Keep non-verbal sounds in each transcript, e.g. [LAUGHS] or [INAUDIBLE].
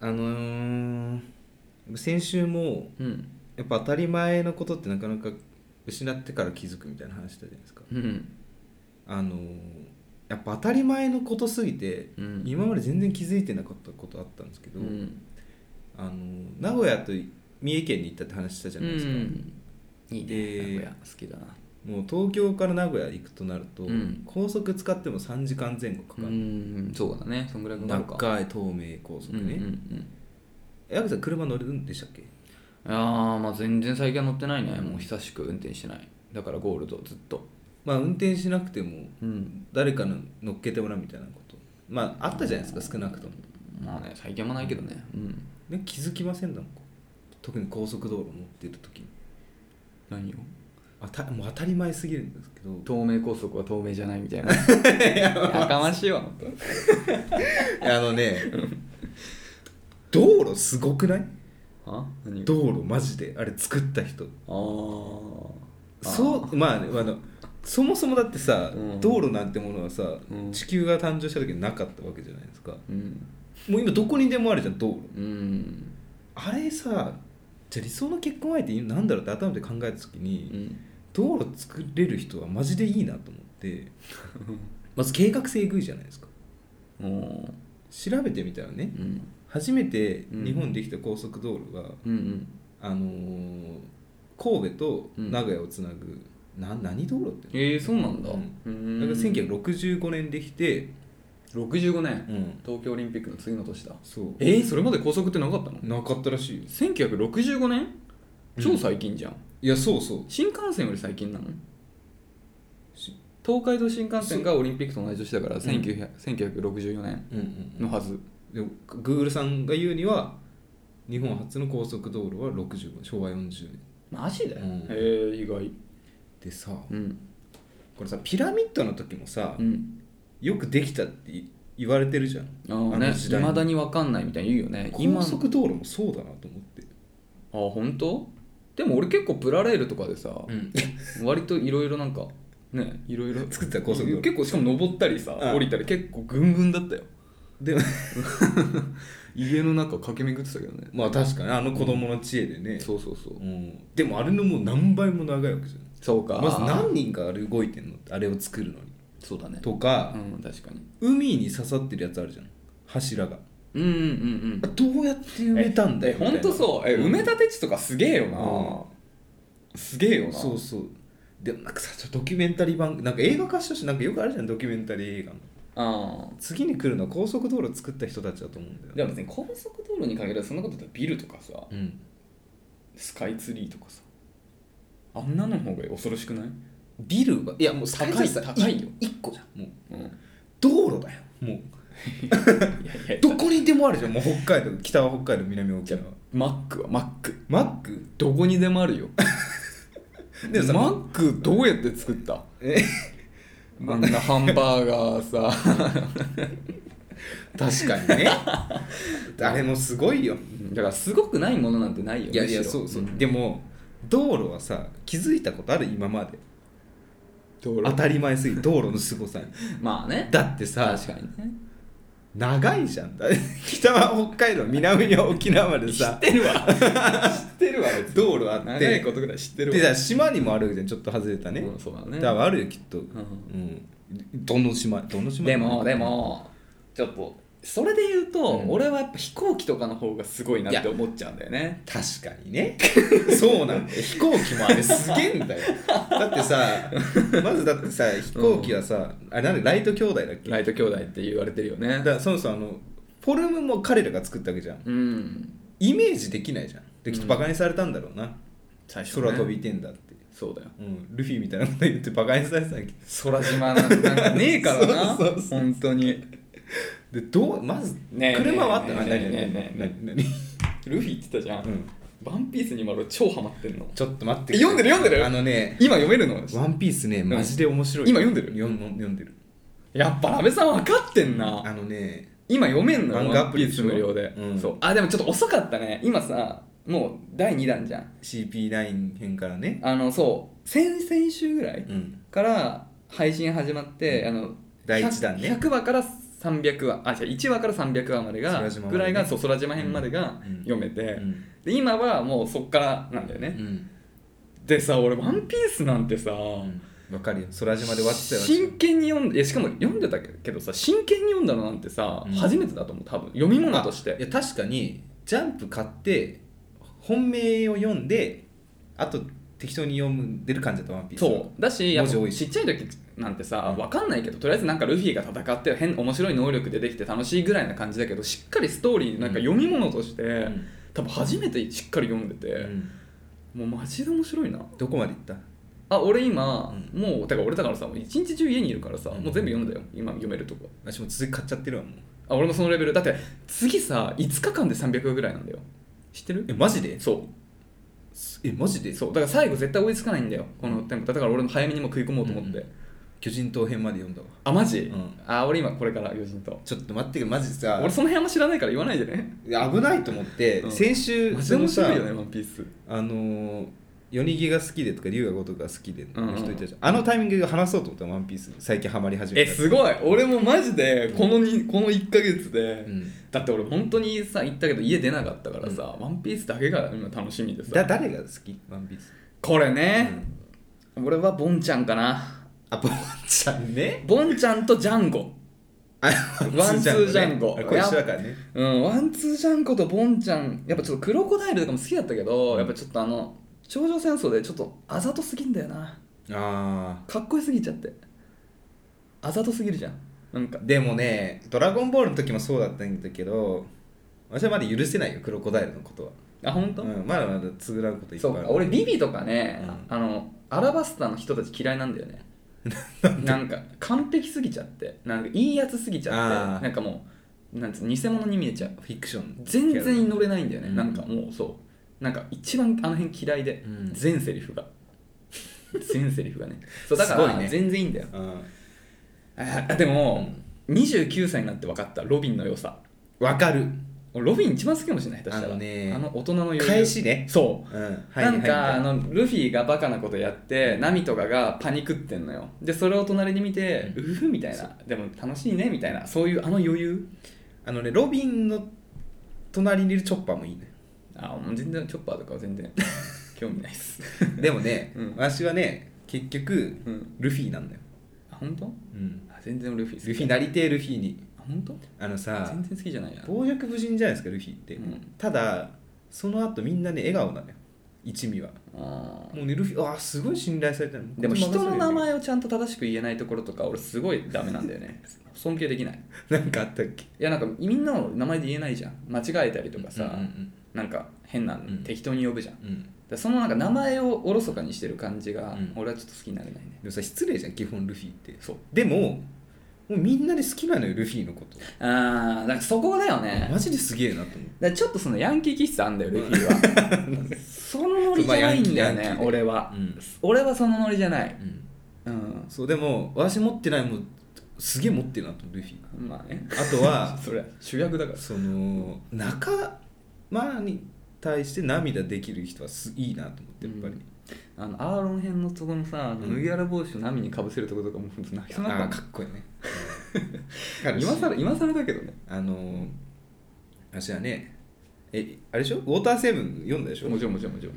あのー先週もうんやっぱ当たり前のことってなかなか失ってから気づくみたいな話したじゃないですかうんあのーやっぱ当たり前のことすぎて、うん今まで全然気づいてなかったことあったんですけうど、んあのー名古屋と三重県に行ったって話したじゃないですか、いいでね名古屋好きだなもう東京から名古屋行くとなると、うん高速使っても3時間前後かかうる、んそうだねそんぐらいかかるか高い透明高速うんうんうねんえヤクさん車乗るんでしたっけいやーまあ全然最近は乗ってないねもう久しく運転してないだからゴールドずっとまあ運転しなくてもうん誰かの乗っけてもらうみたいなことまああったじゃないですか少なくともまあね最近もないけどねうんで気づきませんなんか特に高速道路乗ってる時に何をあたもう当たり前すぎるんですけど透明高速は透明じゃないみたいな [LAUGHS] やかましいわ本当あのね道路すごくないあ何が道路マジであれ作った人あーあそうまあねあのそもそもだってさ、うん道路なんてものはさ、うん地球が誕生した時になかったわけじゃないですかうんもう今どこにでもあるじゃん道路うんあれさじゃあ理想の結婚相手なんだろうって改めて考えた時うに、ん道路作れる人はマジでいいなと思って [LAUGHS] まず計画性えぐいじゃないですかおー調べてみたらねうん初めてうん日本できた高速道路が、うんうんあのー神戸と名古屋をつなぐ、な何道路っていうえー、そうなんだ、ううんんのだから1965年できて、 65年、うん東京オリンピックの次の年だそうえー、それまで高速ってなかったのなかったらしいよ1965年うん超最近じゃん、いやそうそう新幹線より最近なのし東海道新幹線がオリンピックと同じ年だから、1900 1964年うんうんのはずでもグーグルさんが言うには日本初の高速道路は65昭和40年マジで、うんえー、意外でさうんこれさピラミッドの時もさうんよくできたってい言われてるじゃんああねいまだに分かんないみたいに言うよね今高速道路もそうだなと思って、あ本当でも俺結構プラレールとかでさ、割といろいろなんかねいろいろ作ってた高速道路結構しかも登ったりさああ降りたり結構ぐんぐんだったよでも [LAUGHS] 家の中駆け巡ってたけどねまあ確かにあの子供の知恵でね、そうそうそううんでもあれのもう何倍も長いわけじゃそうかんまず何人があれ動いてんのあれを作るのにそうだねとかう、ん確かに海に刺さってるやつあるじゃん柱がうんうんうんどうやって埋めたんだよえほんとそうえみた埋いなめ立て地とかすげえよな、うすげえよなそうそうでもなんかさドキュメンタリー版なんか映画化したしなんかよくあるじゃんドキュメンタリー映画のあ次に来るのは高速道路作った人たちだと思うんだよあでも別に高速道路に限らずそんなことだったらビルとかさうんスカイツリーとかさあんなの方が恐ろしくないビルはいやもう高い高いさ高いよ1個じゃんもううん道路だよもういやいやどこにでもあるじゃんもう北海道北は北海道南は沖縄マックはマックマックどこにでもあるよ [LAUGHS] でもさマックどうやって作ったえあんなハンバーガーさ確かに [LAUGHS] ねあれもすごいよだからすごくないものなんてないよいやいやむしろそうそう、んでも道路はさ気づいたことある今まで道当路たり前すぎる道路の凄 [LAUGHS] さにまあねだってさ確かにね長いじゃん [LAUGHS] だ北は北海道南は沖縄まで [LAUGHS] 知っさてるわ知ってるわ別に道路あって長いことぐらい知ってるわでさ島にもあるじゃんちょっと外れたね、うんそうだね多分あるよきっと、うんうどの島どの島でもでもちょっとそれで言うと、うん俺はやっぱ飛行機とかの方がすごいなって思っちゃうんだよね確かにねそうなんだよ飛行機もあれすげえんだよだってさまずだってさ飛行機はさ、あれなんでライト兄弟だっけライト兄弟って言われてるよねだからそもそもあのフォルムも彼らが作ったわけじゃんうんイメージできないじゃんできっとバカにされたんだろうな、最ね空飛びてんだって、そうだようん、ルフィみたいなこと言ってバカにされてたわけ空島なんかねえからなそうそうそ本当にでどうまずねえ車はあったのねえねえねえね何何何ルフィって言ったじゃん、うんワンピースに今俺超ハマってんのちょっと待ってえ読んでる読んでるあのね今読める「のワンピースねマジで面白い、今読んでる読ん読んでるやっぱ安倍さん分かってんなあのね今読めんの漫よ画ワンピース無料で、うんそうあでもちょっと遅かったね今さもう第2弾じゃん CP9 編からねあのそう先々週ぐらいうんから配信始まって、あの第一弾ね100 100話から300話あじゃあ1話から300話までが空島までねぐらいがそう空島編までがうん読めて、うんで今はもうそっからなんだよね、うんでさ俺「ワンピースなんてさ、わかるよ空島で終わってたよ真剣に読んでしかも読んでたけどさ真剣に読んだのなんてさ、うん初めてだと思う多分読み物あとしていや確かにジャンプ買って本命を読んであと適当に読んでる感じだったワンピースはそうだしやっぱ文字多いしちっちゃい時なんてさうん分かんないけどとりあえずなんかルフィが戦って変面白い能力でできて楽しいぐらいな感じだけどしっかりストーリーなんか読み物として、ん多分初めてしっかり読んでて、うんもうマジで面白いなどこまで行ったあ俺今、うもうだから俺だからさもう一日中家にいるからさ、うんもう全部読んだよ今読めるとこ私も続き買っちゃってるわもうあ俺もそのレベルだって次さ5日間で300話ぐらいなんだよ知ってるえマジでそえマジうでそうだから最後絶対追いつかないんだよこのテンポだから俺も早めにもう食い込もうと思って、うん巨人島編まで読んだわあマジ、うんあ俺今これから魚人とちょっと待ってけどマジでさ俺その辺あんま知らないから言わないでね危ないと思って、うん先週マジそで面のさ白いよねワンピースあのー夜逃げが好きでとか龍が如くが好きでうんうんの人いたじゃん、あのタイミングで話そうと思ったのワンピース最近ハマり始めえたすごい俺もマジでこのにこの1ヶ月で、うんだって俺本当にさ言ったけど家出なかったからさ、ワンピースだけが今楽しみでださ誰が好きワンピースこれね、俺はボンちゃんかなあボンちゃんねボンちゃんとジャンゴあワンツージャンゴあこれ一緒だからねうん、ワンツージャンコとボンちゃんやっぱちょっとクロコダイルとかも好きだったけど、やっぱちょっとあの頂上戦争でちょっとあざとすぎんだよなあかっこよすぎちゃってあざとすぎるじゃんなんかあでもね「ドラゴンボール」の時もそうだったんだけど私はまだ許せないよクロコダイルのことは、あ本当、うん、まだまだ償うこといっぱいそうあるか俺ビビとかね、うあのアラバスタの人たち嫌いなんだ [LAUGHS] よねなんか完璧すぎちゃってなんかいいやつすぎちゃっあてーなんかもうなんつう偽物に見えちゃうフィクション全然乗れないんだよね、うんなんかもうそうなんか一番あの辺嫌いで、うん全セリ [LAUGHS] フが全セリフがねそうだかすごいらね全然いいんだよ、うんあでも、29歳になって分かったロビンの良さわかるロビン一番好きかもしれない下手したらあのねあの大人の余裕返しねそううんはいなんか、はいあのルフィがバカなことやってナミとかがパニクってんのよでそれを隣に見てうふふみたいなでも楽しいねみたいなそういうあの余裕あのねロビンの隣にいるチョッパーもいい [LAUGHS] ねあもう全然チョッパーとかは全然 [LAUGHS] 興味ないっすでもね、うん私はね結局うんルフィなんだよ、あ本当うん、あ全然ルフィ好きルフィなりてえルフィにあ本当あのさ全然好きじゃないな傍若無人じゃないですかルフィって、うんただその後みんなね笑顔なのよ一味はあーもうねルフィあーすごい信頼されてるでも人の名こ前をちゃんと正しく言えないところとか俺すごいダメなんだ [LAUGHS] よね尊敬できないと任せてるよなんかあったっけいやなんかみんなの名前で言えないじゃん間違えたりとかさ、うんなんか変なのうん適当に呼ぶじゃん、だかうんうんらそのなんか名前をおろそかにしてる感じが、うん俺はちょっと好きになれないねでもさ失礼じゃん基本ルフィってそうでももうみんなで好きなのよルフィの [LAUGHS] ことあーなんかそこだよねマジですげえなと思ってだからちょっとそのヤンキー気質あんだよルフィはそのノリじゃないまあヤンんだよキーヤンねキー俺は、うん俺はそのノリじゃないうんうんそうでも私持ってないもんすげえ持ってるなと思うルフィまあね [LAUGHS] あとはそれ主役だからその仲間に対して涙できる人はすいいなと思ってやっぱり、うんあのアーロン編のそこのさ、ん麦わら帽子を波にかぶせるとことかもう本当泣きそうになあっーたかもっこいいねん今更今更だけどねあのー、私はねえあれでしょウォーターセブン読んだでしょもちろんもちろんもちろん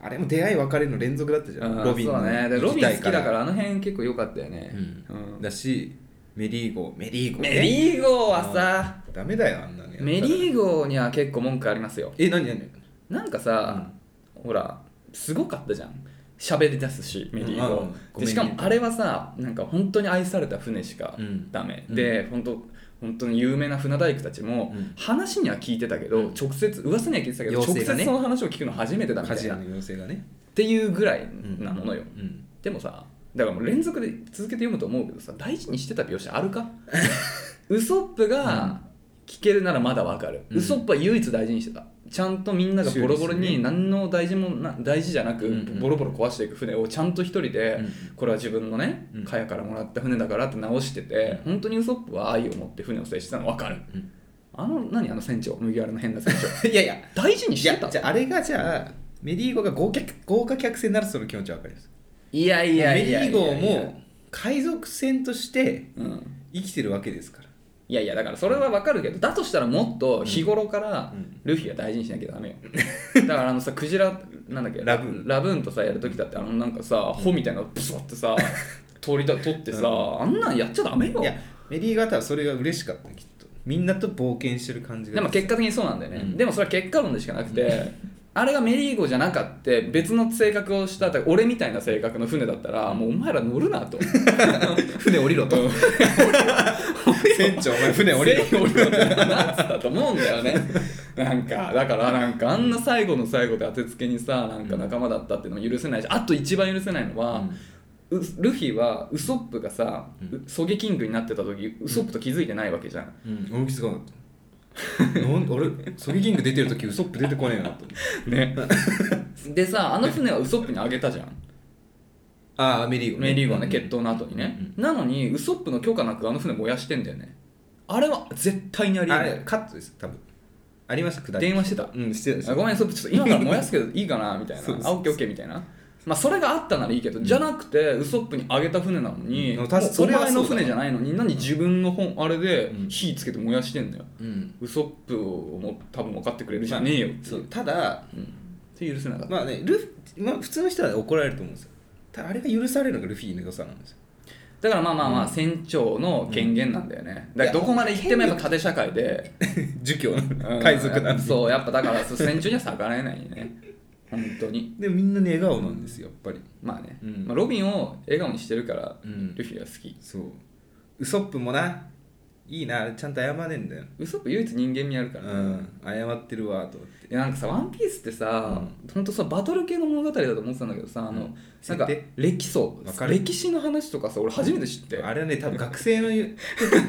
あれも出会い別れの連続だったじゃんあーロビンそのうだねで行ロきビンた好いきだからあの辺結構良かったよね、うんうんだしメリーゴーメリーゴーね、メリーゴーはさダメだよあんなのやったらメリーゴーには結構文句ありますよえ何何何なんかさ、ほらすごかったじゃん喋り出すしメリーゴうんーうん、ごでめんしかもあれはさなんか本当に愛された船しかうんダメ、うんで本当本当に有名な船大工たちも、うん話には聞いてたけど、うん直接噂には聞いてたけど、直妖精が接ねその話を聞くの初めてだみた鍛い冶な屋っの妖精がねていうぐらいなものよ、うんでもさだからもう連続で続けて読むと思うけどさ大事にしてた描写あ [LAUGHS] るかウソップが聞けるならまだわかる、うんウソップは唯一大事にしてたちゃんとみんながボロボロそうですねに何の大事もな大事じゃなくうんうんボロボロ壊していく船をちゃんと一人でうんこれは自分のねうん茅からもらった船だからって直してて本当にウソップは愛を持って船を制してたのわかるうんあの何あの船長麦わらの変な船長いやいや、大事にいしてやたじゃああれがじゃあ、メリーゴが豪華豪華客船にならその気持ちは分かります。いやいやいやいやいやメリーゴも海賊船としてうん生きてるわけですから。いやいやだからそれはわかるけどだとしたらもっと日頃からうんルフィは大事にしなきゃダメよ [LAUGHS] だからあのさクジラなんだっけラブーンラブーンとさやる時だってあのなんかさ帆みたいなのプスってさ取りた取ってさあんなんやっちゃダメよいやメリーガータはそれが嬉しかったきっとみんなと冒険してる感じがでも結果的にそうなんだよね、うんでもそれは結果論でしかなくてあれがメリーゴじゃなかって別の性格をした俺みたいな性格の船だったらもうお前ら乗るなと船降りろと船長お前船降りろ全員降りろってなってたと思うんだよねなんかだからなんかあんな最後の最後で当てつけにさなんか仲間だったっていうのも許せないしあと一番許せないのは、 [LAUGHS] うルフィはウソップがさ、うソゲキングになってた時ウソップと気づいてないわけじゃん、うん、俺も気づかなかった。なん俺、ソギキング出てるとき、ウソップ出てこねえなと思って。ね [LAUGHS] でさあの船はウソップにあげたじゃんああ、メリーゴ、メリーゴはねうん決闘の後にね、なのにウソップの許可なくあの船燃やしてんだよねあれは絶対にありえあなれい、カットです、多分ありました、くだり。電話してたうん、してたしあごめんウソップちょっと今から燃 [LAUGHS] やすけどいいかなみたいなそうそうあオッケーオッケーみたいなまあそれがあったならいいけど、じゃなくてウソップにあげた船なのに、うん確かおそおれは前のそうだ船じゃないのに何自分の本あれでうん火つけて燃やしてんだよ、うん。ウソップをも多分分かってくれるじゃねえよっていうそうただ、って許せなかった、まあね、ルフ、まあ、普通の人は怒られると思うんですよ。ただ、あれが許されるのがルフィの良さなんですよ。 [LAUGHS] だからまあまあまあ船長の権限なんだよね、だからどこまで行ってもやっぱ縦社会で儒教うのん [LAUGHS] 海賊なんですよ。そうやっぱだからそう船長には逆らえないね本当にでもみんなね、笑顔なんですよ、やっぱり。まあね、うんまあ、ロビンを笑顔にしてるから、うんルフィは好きそう。ウソップもな、いいな、ちゃんと謝ねえんだよ。ウソップ唯一人間味あるうからね、ん、謝ってるわ、と思って。いやなんかさ「ワンピースってさ、ほんとさバトル系の物語だと思ってたんだけどさあの、うんなんか設定歴そうわかる歴史の話とかさ俺初めて知って、あれはね多分学生の時に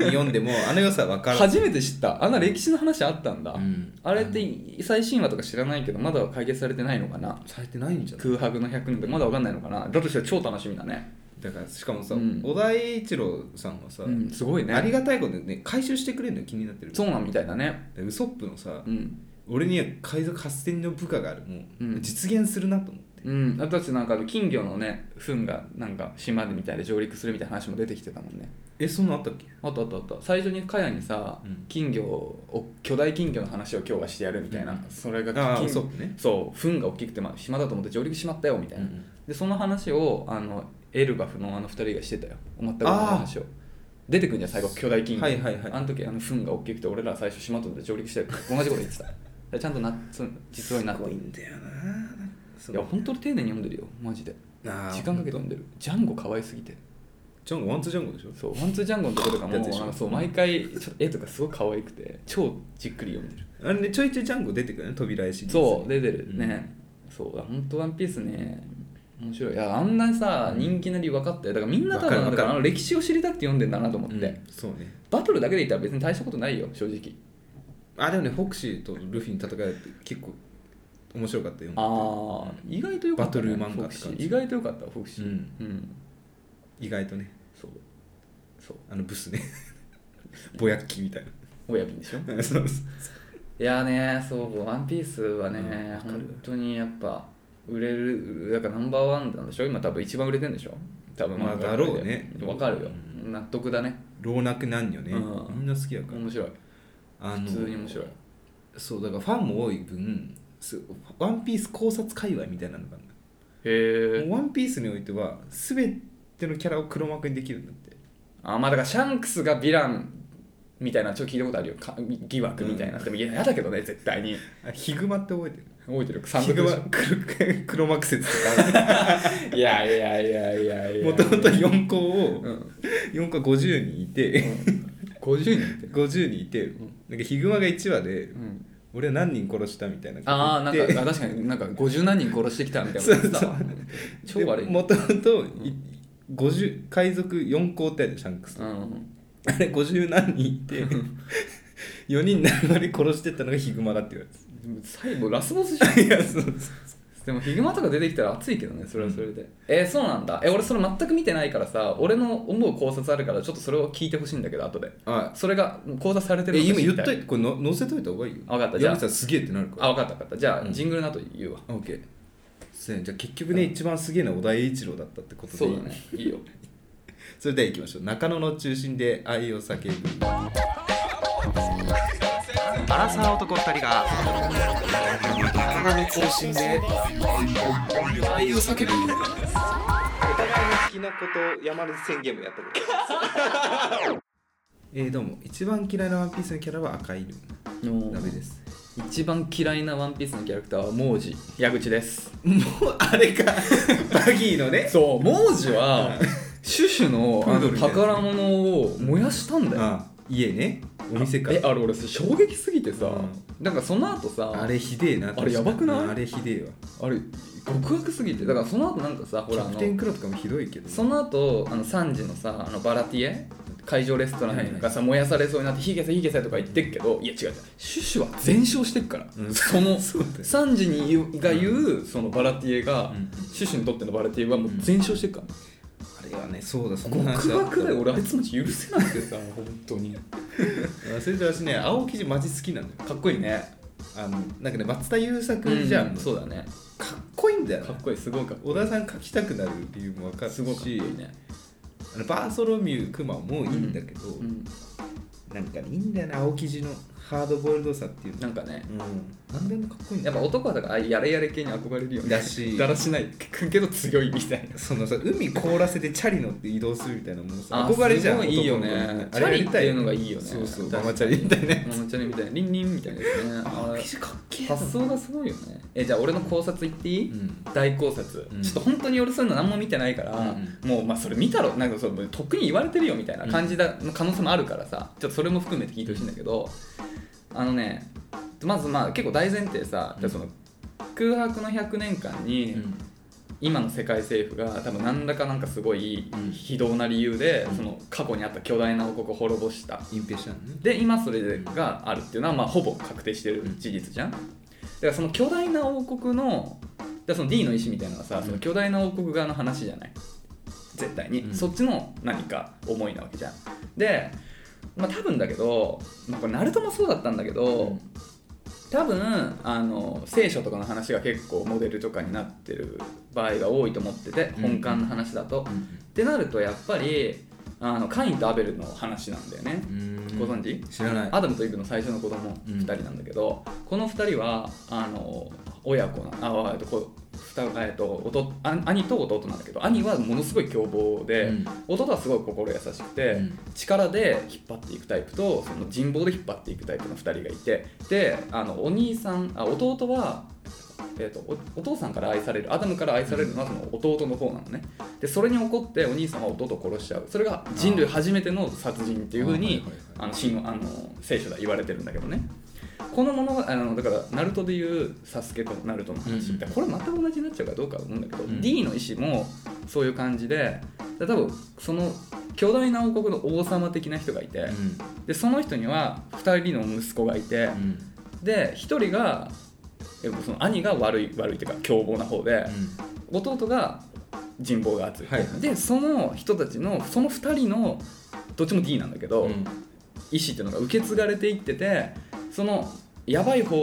読んでもあの良さ分から初めて知ったあんな歴史の話あったんだ、うんあれって最新話とか知らないけどまだ解決されてないのかなされてないんじゃない空白の100年とかまだわかんないのかなだとしたら超楽しみだねだからしかもさ、うん小田栄一郎さんはさ、うんすごいねありがたいことでね回収してくれるのよ気になってるそうなんみたいだねでウソップのさ、うん、俺には海賊合戦の部下があるもう、うん実現するなと思ってうん、だってなんか金魚のね糞がなんか島でみたいで上陸するみたいな話も出てきてたもんねえそんなのあったっけあとあとあと最初にカヤにさ、うん金魚を巨大金魚の話を今日はしてやるみたいな、うんそれがああ金ウソップねそう糞が大きくて、まあ、島だと思って上陸しまったよみたいな、うんうんでその話をあのエルバフのあの二人がしてたよ全く同じ話を出てくるんじゃん最後巨大金魚、はいはいはいあの時あの糞が大きくて俺ら最初島と思って上陸して同じこと言ってたでちゃんとなその実話になってすごるいんだよなそいやう本当に丁寧に読んでるよマジでああ時間かけて読んでるジャンゴ可愛すぎてジャンゴワンツージャンゴでしょそうワンツージャンゴのとことかもやつでしょなんかそう毎回ちょっと絵とかすごい可愛くて超じっくり読んでるあれねちょいちょいジャンゴ出てくるね扉絵シリーズにそう出てるね、そうだ本当ワンピースね面白いいやあんなさ人気な理由分かったよだからみんな多わかる分わかだるからあの歴史を知りたくて読んでんだなと思っうて、んそうねバトルだけで言ったら別に大したことないよ正直あでもねフォクシーとルフィの戦いって結構面白かったよああ意外とよかった、バトル漫画フォって感じクシー意外とよかったフォクシーうんうん、意外とねそうそうあのブスね [LAUGHS] ぼやっきみたい親分でしょな [LAUGHS] そうそういやねそう「ワンピースはね、うんわかる本当にやっぱ売れるだからナンバーワンなんでしょ今多分一番売れてんでしょ多分まあだろうねわかるよ、納得だね老若男女ねうんみんな好きやから面白いあ普の通に面白いそうだからファンも多い分すワンピース考察界隈みたいなのがあるへえもうワンピースにおいては全てのキャラを黒幕にできるんだってあまあだからシャンクスがヴィランみたいなのちょっと聞いたことあるよか疑惑みたいな、でもいややだけどね絶対にあヒグマって覚えてる覚えてる三ヒ択グでマしょ黒 [LAUGHS] 黒幕説とか [LAUGHS] いやいやいやいやいやもともと4校を [LAUGHS] うん、 4校50人いて50人って、 50人いてなんかヒグマが1話でうん、俺は何人殺したみたいなことああなん言ってかあ確かになんか50何人殺してきたみたいなこと言ってたわ超悪いもともと50海賊4校ってあるじゃんシャンクス、うん、あれ50何人い [LAUGHS] て4人並ばり殺してったのがヒグマだって言わ最後ラスボスじゃんれてたいやそうそうでもヒグマとか出てきたら熱いけどねそれはそれで、えーそうなんだえ俺それ全く見てないからさ俺の思う考察あるからちょっとそれを聞いてほしいんだけど後であそれが考察されてえるのか今知言っりたといてこれの載せといた方がいいよあわかったじゃじあゃあすげえってなるからあ分かった分かったじゃあ、うんジングルの後言うわオッケーそうねじゃあ結局ね一番すげえのは小田栄一郎だったってことでそうだねいいよそれではいきましょう中野の中心で愛を叫ぶアラサー男二人が花見中心で愛を叫ぶお互いの好きなことを山根宣言もやったこと [LAUGHS] えー、どうも一番嫌いなワンピースのキャラは赤い犬もう鍋です一番嫌いなワンピースのキャラクターはモージ矢口ですもうあれかバギーのねそうモージはうんシュシュのあプードルのみたいな宝物を燃やしたんだよあ家ねお店かえあれ俺衝撃すぎてさ、うなんかその後さあれひでえなあれやばくないうんあれひでえわあれ極悪すぎてだからその後なんかさほキらあャプのテンクロとかもひどいけどその後あの3時のさあのバラティエ会場レストランがさ燃やされそうになって「火消せ火消せ」とか言ってっけどいや違う違うシュシュは全焼してっから、うんそ [LAUGHS] のそうだよ3時に言うが言うそのバラティエが、うんシュシュにとってのバラティエはもう全焼してっから、あれはねそうだそんな話だ極った悪だよ俺あいつも許せなくてさ本当に忘れて私ね青生地マジ好きなんだよかっこいいねあのなんかね松田優作じゃん、そうだねかっこいいんだよかっこいいすごいかっこ小田さん描きたくなる理由も分かいいるすごいかっこいいしね、あのバーソロミュークマもいいんだけど、うん、なんかねいいんだよね青生地のハードボイルドさっていうのなんかねうんなんであんなかっこいいんだやっよぱ男はだからああいうやれやれ系に憧れるよねだしだらしないけど強いみたいなそのさ海凍らせてチャリ乗って移動するみたいなのもさあ憧れじゃんすごいいいよね男の子ってチャリっていうのがいいよねそうそう確かマにマチャリみたいなやつモノチャリみたいなリンリンみたいなやつね [LAUGHS] あれ生地かっけえな発想がすごいよねえじゃあ俺の考察言っていい、うん大考察、うんちょっと本当に俺そういうの何も見てないから、うんもうまあそれ見たろなんかそうもうとっくに言われてるよみたいな感じだ、の可能性もあるからさちょっとそれも含めて聞いてほしいんだけどあのねまずまあ結構大前提さ、じゃあその空白の100年間に、今の世界政府が多分何らかなんかすごいうん非道な理由で、うんその過去にあった巨大な王国を滅ぼした隠蔽したのねで今それがあるっていうのはまあほぼ確定してる事実じゃんだからその巨大な王国のだからその D の石みたいなのはさその巨大な王国側の話じゃない絶対に、うんそっちの何か思いなわけじゃんでまあ多分だけど、まあ、これナルトもそうだったんだけど、多分あの聖書とかの話が結構モデルとかになってる場合が多いと思っててうん本館の話だと、っうてなるとやっぱりあのカインとアベルの話なんだよね、んご存知知らないアダムとイブの最初の子供うん2人なんだけど、この2人はあの親子なあえっとこ双子えっと弟あ兄と弟なんだけど兄はものすごい凶暴で、うん弟はすごい心優しくて、うん力で引っ張っていくタイプとその人望で引っ張っていくタイプの2人がいてであのお兄さんあ弟は、えっとおお父さんから愛されるアダムから愛されるのはその弟の方なのねでそれに怒ってお兄さんは弟を殺しちゃうそれが人類初めての殺人っていうふうにあーはいはいはいあの神話あの聖書では言われてるんだけどねこのものあのだからナルトでいうサスケとナルトの話って、うんこれ全く同じになっちゃうかどうかは思うんだけど、うん D の意思もそういう感じでで多分その巨大な王国の王様的な人がいて、うんでその人には2人の息子がいて、で1人がえその兄が悪い悪いっていうか凶暴な方で、弟が人望が厚い、はいはいでその人たちのその2人のどっちも D なんだけど、うん意思っていうのが受け継がれていっててそのやばい方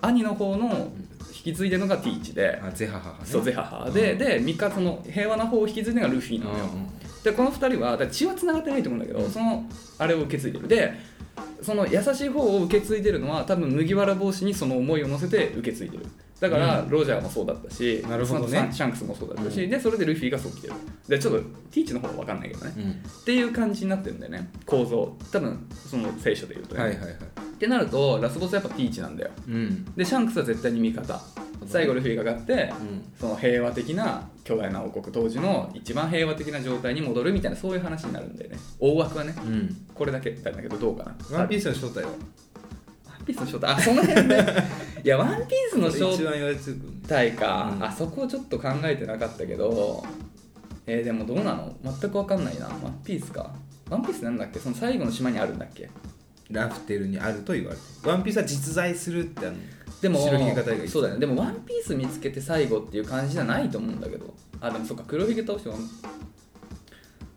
兄の方の引き継いでるのがティーチで、あゼハハハねそうゼハハで、うんで三日その平和な方を引き継いでるのがルフィうんなのよ、うんでこの2人はだから血はつながってないと思うんだけど、うんそのあれを受け継いでるでその優しい方を受け継いでるのは多分麦わら帽子にその思いを乗せて受け継いでるだから、うロジャーもそうだったしなるほどねその後シャンクスもそうだったし、うんでそれでルフィがそう来てるでちょっとティーチの方は分かんないけどね、うんっていう感じになってるんだよね構造多分その聖書で言うとね、はいはいはいってなるとラスボスはやっぱピーチなんだようんでシャンクスは絶対に味方最後ルフィが勝ってうんその平和的な巨大な王国当時の一番平和的な状態に戻るみたいなそういう話になるんだよね大枠はねうんこれだけなんだけどどうかなワンピーススの正体はワンピースの正体あその [LAUGHS] 辺ねいやワンピースの一正番言われてる体か、うんあそこをちょっと考えてなかったけどえーでもどうなの全くわかんないなワンピースかワンピースなんだっけその最後の島にあるんだっけラフテルにあると言われてるワンピースは実在するってあのでも白ひげが大がそうだよねでも「ワンピース見つけて最後っていう感じじゃないと思うんだけどあでもそっか黒ひげ倒しても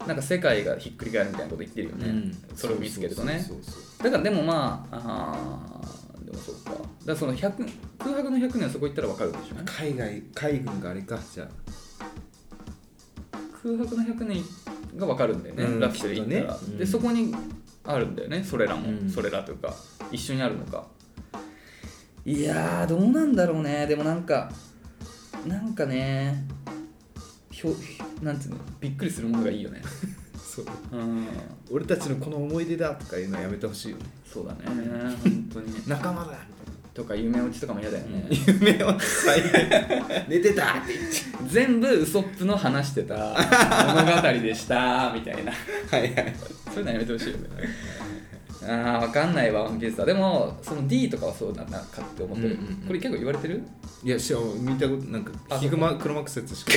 なんか世界がひっくり返るみたいなこと言ってるよね、それを見つけるとねそうそうそうそうだからでもまああーでもそっかだからその100空白の100年はそこ行ったらわかるでしょ海外海軍があれかじゃ空白の100年がわかるんだよね、うんラピュタで行ったら、きっとねうんでそこにあるんだよねそれらも、うんそれらというか一緒にあるのかいやーどうなんだろうねでもなんかなんかねひょひょなんていうのびっくりするものがいいよねそう [LAUGHS] うん俺たちのこの思い出だとかいうのはやめてほしいよねそうだね本当に仲間だとか夢落ちとかも嫌だよね、夢は最悪寝てたって全部ウソップの話してた物語でしたみたいなはいはいそういうのやめてほしいよねああ分かんないわワンピースはでもその D とかはそうだなかって思ってる、うんうんうんこれ結構言わ [LAUGHS] れてるいやしかも見たことなんかあヒグマ黒幕説しか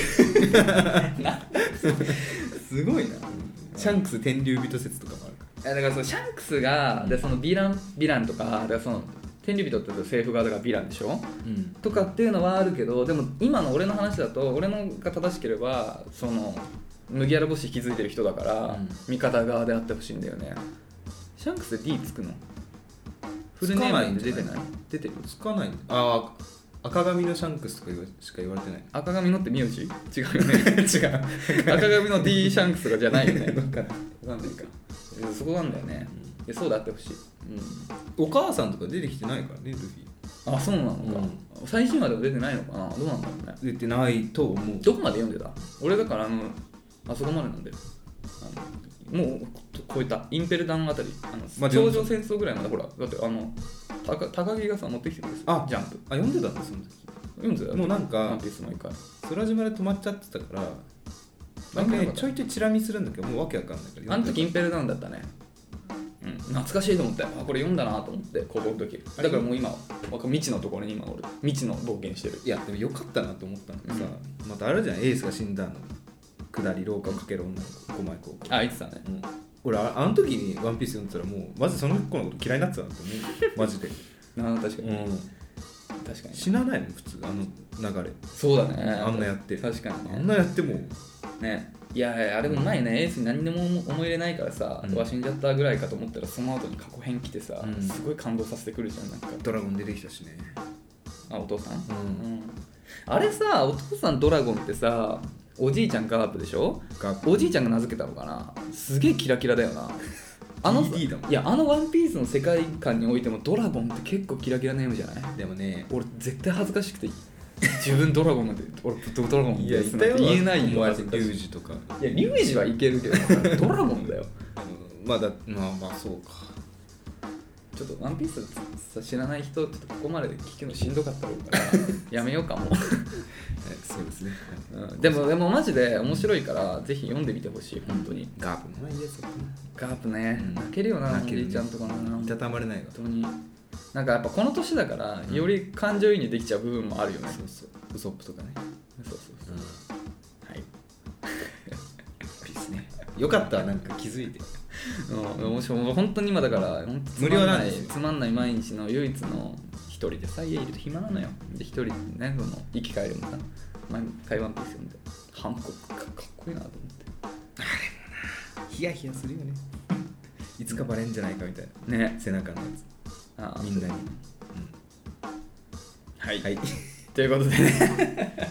すごいなシャンクス天竜人説とかもあるかだからそのシャンクスがでそのヴィランヴィランとかだからその天竜人って政府側とかヴィランでしょらうんとかっていうのはあるけどでも今の俺の話だと俺のが正しければその麦わら星引き継いでる人だから、うん味方側であってほしいんだよねシャンクスで D つくのフルつネかないーんムじゃなでい出てない出てるつかないああ赤髪のシャンクスとか言わしか言われてない赤髪のって名字違うよね [LAUGHS] 違う赤髪の D シャンクスとかじゃないよ [LAUGHS] ねわかんないわかんないかうんそこなんだよね、いやそうであってほしい、お母さんとか出てきてないからねルフィうん、あそうなのか、う最新話でも出てないのかなどうなんだろうね出てないと思うどこまで読んでた俺だからあのあそこまでなんであのもうと超えたインペルダンあたりあの、まあ頂上戦争ぐらいまでほらだってあのたか高木がさ持ってきてくれてあジャンプあ読んでたんだその時読んでたよもうなんワかンピース毎回空島で止まっちゃってたからななんんかかねねちょいちょいチラ見するんだけどもうわけわかんないからあの時イ読んでンペルダウンだったね、うん、懐かしいと思ってあこれ読んだなと思って高校の時だからもう今わか未知のところに今俺未知の冒険してるたいやでもよかったなと思ったのがさ、またあるじゃんエースが死んだの下り廊下をかける女の子5枚高校あ言ってたねうん俺ああの時に「ワンピース読んでたらもうまずその子のこと嫌いになってたんだと思うマジで、な確かに、うん、確かに死なないの普通あの流そうだねれあんなやって確かにねあんなやってもねいやいやあれもないねエースに何でも思い入れないからさ、うんうわ死んじゃったぐらいかと思ったらその後に過去編来てさ、うんすごい感動させてくるじゃんなんかドラゴン出てきたしねあお父さん、うんあれさお父さんドラゴンってさおじいちゃんガープでしょがおじいちゃんが名付けたのかなすげえキラキラだよなあの DD だもんいやあの「ワンピースの世界観においてもドラゴンって結構キラキラな夢じゃないでもね俺絶対恥ずかしくて自分ドラゴンなんて俺ドラゴンですなんて言えないよ友恥達ずリかュウしいジとかいや、リュウジはいけるけど、ドラゴンだよ。あのまあだまあまあそうかちょっとワンピースさ知らない人、ちょっとここまで聞くのしんどかったろう [LAUGHS] から、やめようかも。えそうですねうんでも、でもマジで面白いから、ぜひ読んでみてほしい、本当に。ガープもないいやつだガープねうん、泣けるよな、お泣けるねじいちゃんとかな。ない本たまれないわ当に。なんかやっぱこの年だから、より感情移入できちゃう部分もあるよね。そうそうウソップとかねそうそうそう。 [LAUGHS] はい。ピースねよかったなんか気づいてうん、もしも本当に今だから本当つ無ま料んななんいですよつまんない毎日の唯一の一人でさ家いると暇なのよで一人でねその生き返るんだ毎回ワンピース読んでハンコックかかっこいいなと思ヒヤヒヤするよねいつかバレんじゃないかみたいなってね背中のやあつーみんなに、はい、はいということでね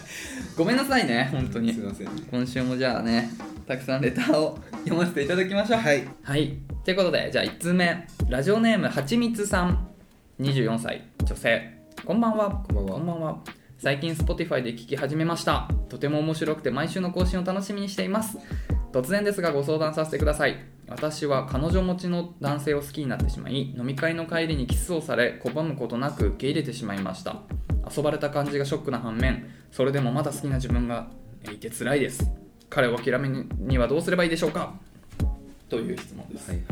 ごめんなさいね本当にすいませんね今週もじゃあねたくさんレターを読ませていただきましょうはいはいということでじゃあ1通目ラジオネームはちみつさん24歳女性こんばんはこんばんは最近 Spotify で聞き始めましたとても面白くて毎週の更新を楽しみにしています突然ですがご相談させてください私は彼女持ちの男性を好きになってしまい飲み会の帰りにキスをされ拒むことなく受け入れてしまいました遊ばれた感じがショックな反面それでもまだ好きな自分がいて辛いです彼を諦めにはどうすればいいでしょうかという質問ですはいはい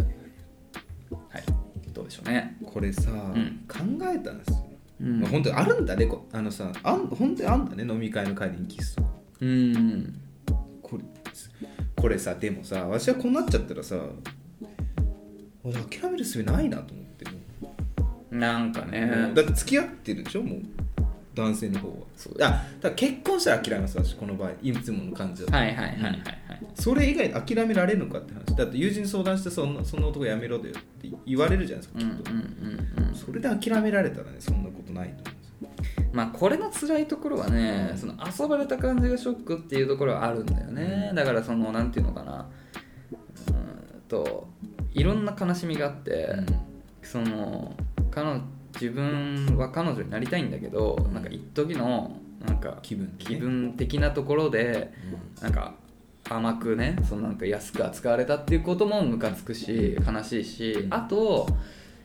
はい、どうでしょうね。これさ、ん考えたんですよ、うんまあ、本当にあるんだねこあのさあん本当にあんだね飲み会の帰りにキスとかうん、これこれさでもさわしはこうなっちゃったらさ俺諦めるすべないなと思ってもうなんかねだ、って付き合ってるでしょもう男性の方はそうだあだから結婚したら諦めます私この場合いつもの感じだと、はいはいはいはいはい。それ以外で諦められるのかって話だって友人に相談してそんなそんな男やめろだよって言われるじゃないですかうんうきんっと、うんうん。それで諦められたらねそんなことないと思うんですよまあこれの辛いところはね、その遊ばれた感じがショックっていうところはあるんだよね。だからそのなんていうのかな、うーんといろんな悲しみがあって、うんその彼女自分は彼女になりたいんだけどなんか一時のなんか気分ね気分的なところでなんか甘くねそのなんか安く扱われたっていうこともムカつくし悲しいしあと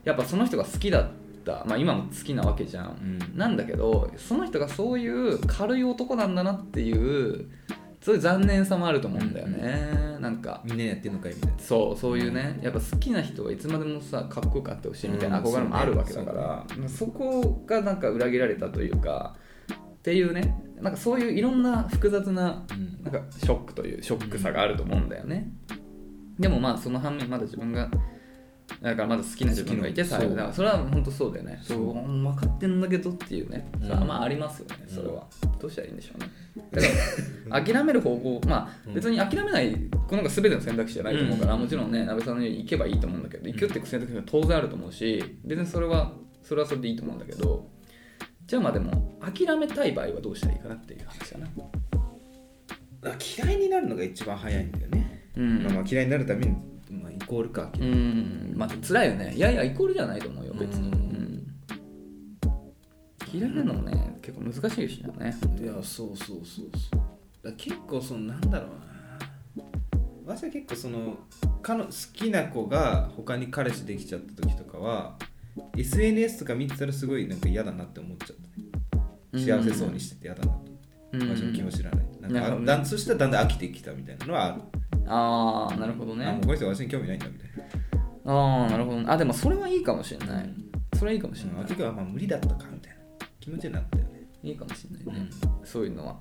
やっぱその人が好きだったまあ今も好きなわけじゃん、うんなんだけどその人がそういう軽い男なんだなっていうそういう残念さもあると思うんだよね、なんかみんなやってんのかいみたいなそうそういうねやっぱ好きな人はいつまでもさかっこよくあってほしいみたいなうん憧れもあるわけだから、まあそこがなんか裏切られたというかっていうねなんかそういういろんな複雑なうんなんかショックというショックさがあると思うんだよね、でもまあその反面まだ自分がだからまだ好きな自分がいて好きなさだからそれは本当そうだよねそうそう分かってんだけどっていうね、うんそれはまあありますよねそれは、どうしたらいいんでしょうねだから諦める方 [LAUGHS] 法まあうん別に諦めないこのが全ての選択肢じゃないと思うから、もちろんね安倍さんのように行けばいいと思うんだけど行くって選択肢は当然あると思うし別にそれはそれはそれでいいと思うんだけどじゃあまあでも諦めたい場合はどうしたらいいかなっていう話だなあ嫌いになるのが一番早いんだよね、うんまあまあ、嫌いになるために、まあ、イコールか、うんまあ辛いよねいやいやイコールじゃないと思うよ別に、うんうん嫌いなのもね結構難しいしねいやそうそうそうそうだから結構そのなんだろうな私は結構その彼の好きな子が他に彼氏できちゃった時とかは SNS とか見てたらすごいなんか嫌だなって思っちゃった、ね、幸せそうにしてて嫌だなと、うん私の気持ち知らないなんなるかほどねだんそしたらだんだん飽きてきたみたいなのはある、ああなるほどあもねうこいつは私に興味ないんだみたいなああなるほどねあでもそれはいいかもしれないそれはいいかもしうれんなあのい時はまあ無理だったかみたいな気持ちになったよねいいかもしれないね、そういうのは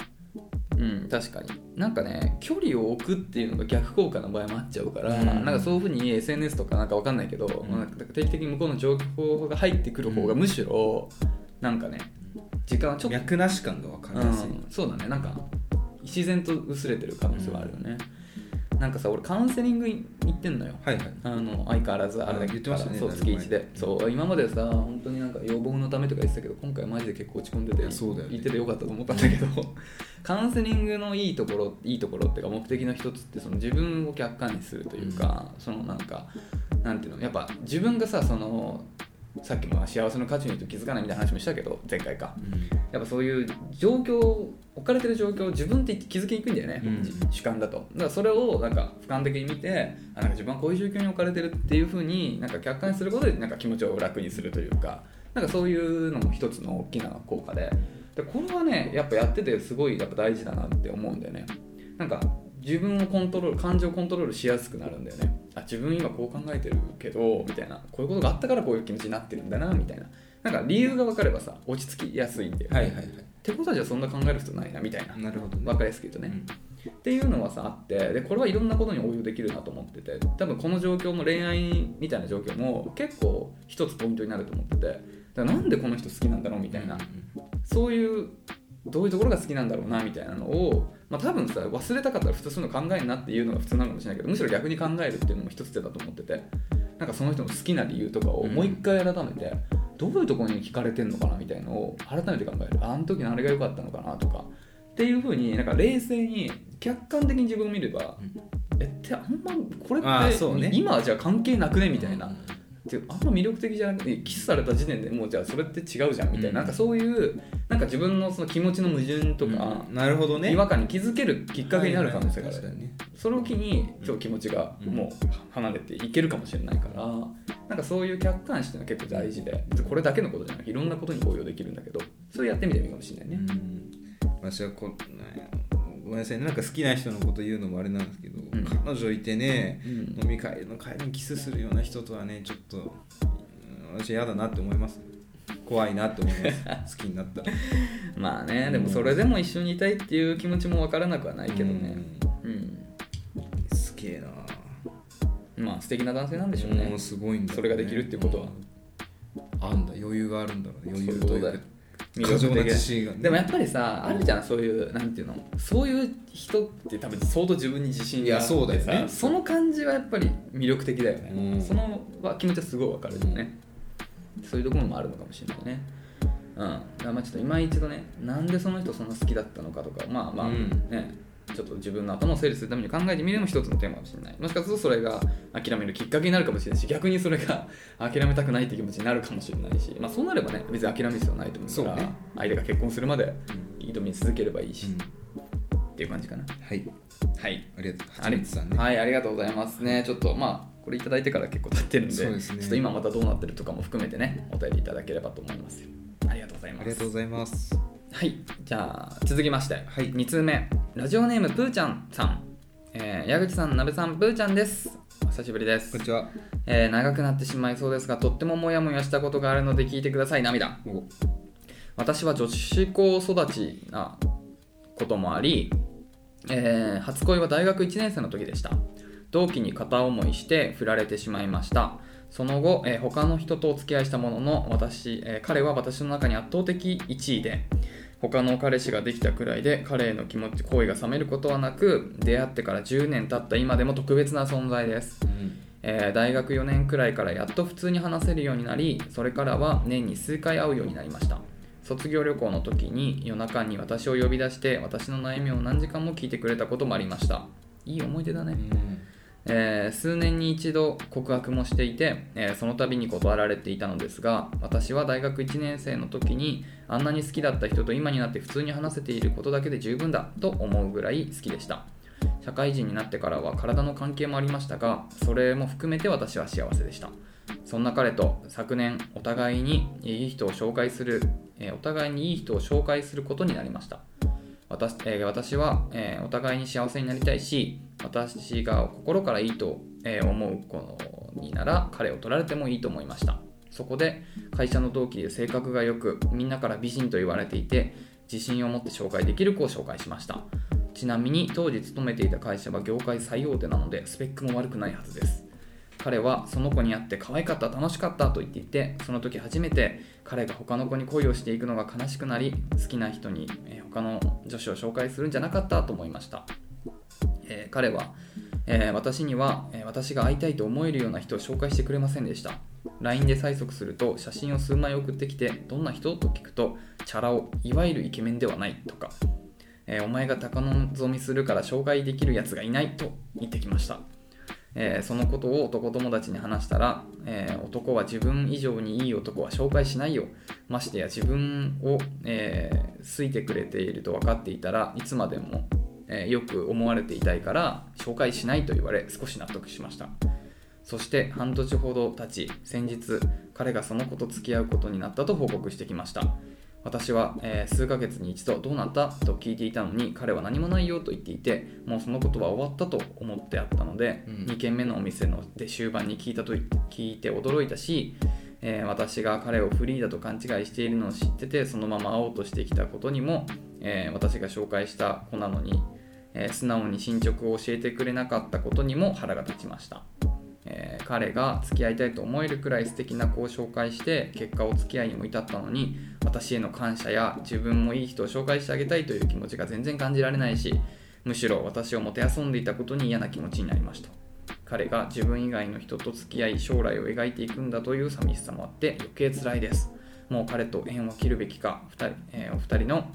うん確かになんかね距離を置くっていうのが逆効果の場合もあっちゃうから、うんなんかそういうふうに SNS とかなんかわかんないけど、んまあなんか定期的に向こうの情報が入ってくる方がむしろなんかね時間はちょっと脈なし感が分かりやすい、うん、そうだねなんか自然と薄れてる可能性はあるよね、なんかさ俺カウンセリングに行ってんのよはいはいあの相変わらずあれだけ言ってましたねそうだいぶ月前1でそう今までさ本当になんか予防のためとか言ってたけど今回マジで結構落ち込んでいてやそうだよね行っててよかったと思ったんだけど [LAUGHS] カウンセリングのいいところいいところっていうか目的の一つってその自分を客観にするというか、そのなんかなんていうのやっぱ自分がさそのさっきも幸せの価値に気づかないみたいな話もしたけど前回か、やっぱそういう状況置かれてる状況を自分って気づきにくいんだよね、うんじ主観だとだからそれをなんか俯瞰的に見てあなんか自分はこういう状況に置かれてるっていうふうになんか客観視することでなんか気持ちを楽にするというかなんかそういうのも一つの大きな効果ででこれはねやっぱやっててすごいやっぱ大事だなって思うんだよねなんか自分をコントロール感情をコントロールしやすくなるんだよねあ自分今こう考えてるけどみたいなこういうことがあったからこういう気持ちになってるんだなみたいななんか理由が分かればさ落ち着きやすいんだよねはいはいはってことはじゃあそんな考える人ないなみたいないなるほどね分かりやすく言うとね、っていうのはさあってでこれはいろんなことに応用できるなと思ってて多分この状況も恋愛みたいな状況も結構一つポイントになると思っててだからなんでこの人好きなんだろうみたいなそういうどういうところが好きなんだろうなみたいなのを、まあ、多分さ忘れたかったら普通そういうの考えんなっていうのが普通なのかもしれないけどむしろ逆に考えるっていうのも一つ手だと思っててなんかその人の好きな理由とかをもう一回改めて、どういうところに惹かれてんのかなみたいのを改めて考えるあの時のあれが良かったのかなとかっていうふうになんか冷静に客観的に自分を見れば、えってあんまこれあっーて、そうね今はじゃあ関係なくねみたいな。うんってあんま魅力的じゃなくてキスされた時点でもうじゃあそれって違うじゃんみたいな,、うんなんかそういうなんか自分のその気持ちの矛盾とか、なるほどね違和感に気づけるきっかけになる可能性がある、はいはいはい確かにねそれを機にちょっと気持ちがうんもう離れていけるかもしれないから、なんかそういう客観視っていうのは結構大事でこれだけのことじゃなくていろんなことに応用できるんだけどそれやってみてもいいかもしれないね、うん私はこなんやごめんなさいねなんか好きな人のこと言うのもあれなんですけど、ん彼女いてね、うん飲み会の帰りにキスするような人とはねちょっとうん私嫌だなって思います怖いなって思います [LAUGHS] 好きになったらまあねでもそれでも一緒にいたいっていう気持ちも分からなくはないけどねうん、すげえなまあ素敵な男性なんでしょうね、もうすごいんだ、ね、それができるっていうことはあんだ余裕があるんだろうね余裕とそういうだかよ過剰な自信がねでもやっぱりさあるじゃんそういうなんていうのそういう人って多分相当自分に自信があってさいやそうだよねその感じはやっぱり魅力的だよね、うんそのは気持ちはすごいわかるよね、そういうところもあるのかもしれないねうんだからまあちょっと今一度ねなんでその人そんな好きだったのかとかまあまあうんね、ちょっと自分の頭を整理するために考えてみるのも一つのテーマかもしれないもしかするとそれが諦めるきっかけになるかもしれないし逆にそれが諦めたくないって気持ちになるかもしれないし、まあ、そうなればね別に諦める必要はないと思うからそうね相手が結婚するまで挑み続ければいいし、うんっていう感じかなはいはいありがとうあはれちみつさんねはい、ありがとうございますね。ちょっとまあこれいただいてから結構経ってるんで、そうですねちょっと今またどうなってるとかも含めてね、お便りいただければと思いますよ。ありがとうございます。ありがとうございますはい、じゃあ続きまして、はい2通目、ラジオネームぷーちゃんさん、えー矢口さん、なべさん、ぷーちゃんです。お久しぶりですこんに、ちはえー長くなってしまいそうですが、とってもモヤモヤしたことがあるので聞いてください、涙。お私は女子校育ちなこともあり、えー初恋は大学1年生の時でした同期に片思いして振られてしまいましたその後、えー他の人とお付き合いしたものの私、えー彼は私の中に圧倒的1位で他の彼氏ができたくらいで彼への気持ち好意が冷めることはなく出会ってから10年経った今でも特別な存在ですうんえー大学4年くらいからやっと普通に話せるようになりそれからは年に数回会うようになりました卒業旅行の時に夜中に私を呼び出して私の悩みを何時間も聞いてくれたこともありましたいい思い出だね、えー数年に一度告白もしていて、えーその度に断られていたのですが私は大学1年生の時にあんなに好きだった人と今になって普通に話せていることだけで十分だと思うぐらい好きでした社会人になってからは体の関係もありましたがそれも含めて私は幸せでしたそんな彼と昨年お互いにいい人を紹介する、えーお互いにいい人を紹介することになりました私,、えー私は、えーお互いに幸せになりたいし私が心からいいと、えー思う子になら彼を取られてもいいと思いましたそこで会社の同期で性格が良くみんなから美人と言われていて自信を持って紹介できる子を紹介しましたちなみに当時勤めていた会社は業界最大手なのでスペックも悪くないはずです彼はその子に会って可愛かった楽しかったと言っていてその時初めて彼が他の子に恋をしていくのが悲しくなり好きな人にえー他の女子を紹介するんじゃなかったと思いました、えー彼は、えー私には、えー私が会いたいと思えるような人を紹介してくれませんでした LINE で催促すると写真を数枚送ってきてどんな人と聞くとチャラ男いわゆるイケメンではないとかえーお前が高望みするから紹介できるやつがいないと言ってきました、えーそのことを男友達に話したら、えー男は自分以上にいい男は紹介しないよましてや自分を、えー好いてくれていると分かっていたらいつまでも、えーよく思われていたいから紹介しないと言われ少し納得しましたそして半年ほど経ち先日彼がその子と付き合うことになったと報告してきました私は、えー数ヶ月に一度どうなったと聞いていたのに彼は何もないよと言っていてもうそのことは終わったと思ってあったので、うん2軒目のお店ので終盤に聞いたと聞いて驚いたし、えー私が彼をフリーだと勘違いしているのを知っててそのまま会おうとしてきたことにも、えー私が紹介した子なのに、えー素直に進捗を教えてくれなかったことにも腹が立ちました。えー彼が付き合いたいと思えるくらい素敵な子を紹介して結果お付き合いにも至ったのに私への感謝や自分もいい人を紹介してあげたいという気持ちが全然感じられないしむしろ私をもてあそんでいたことに嫌な気持ちになりました彼が自分以外の人と付き合い将来を描いていくんだという寂しさもあって余計辛いですもう彼と縁を切るべきか二人、えーお二人の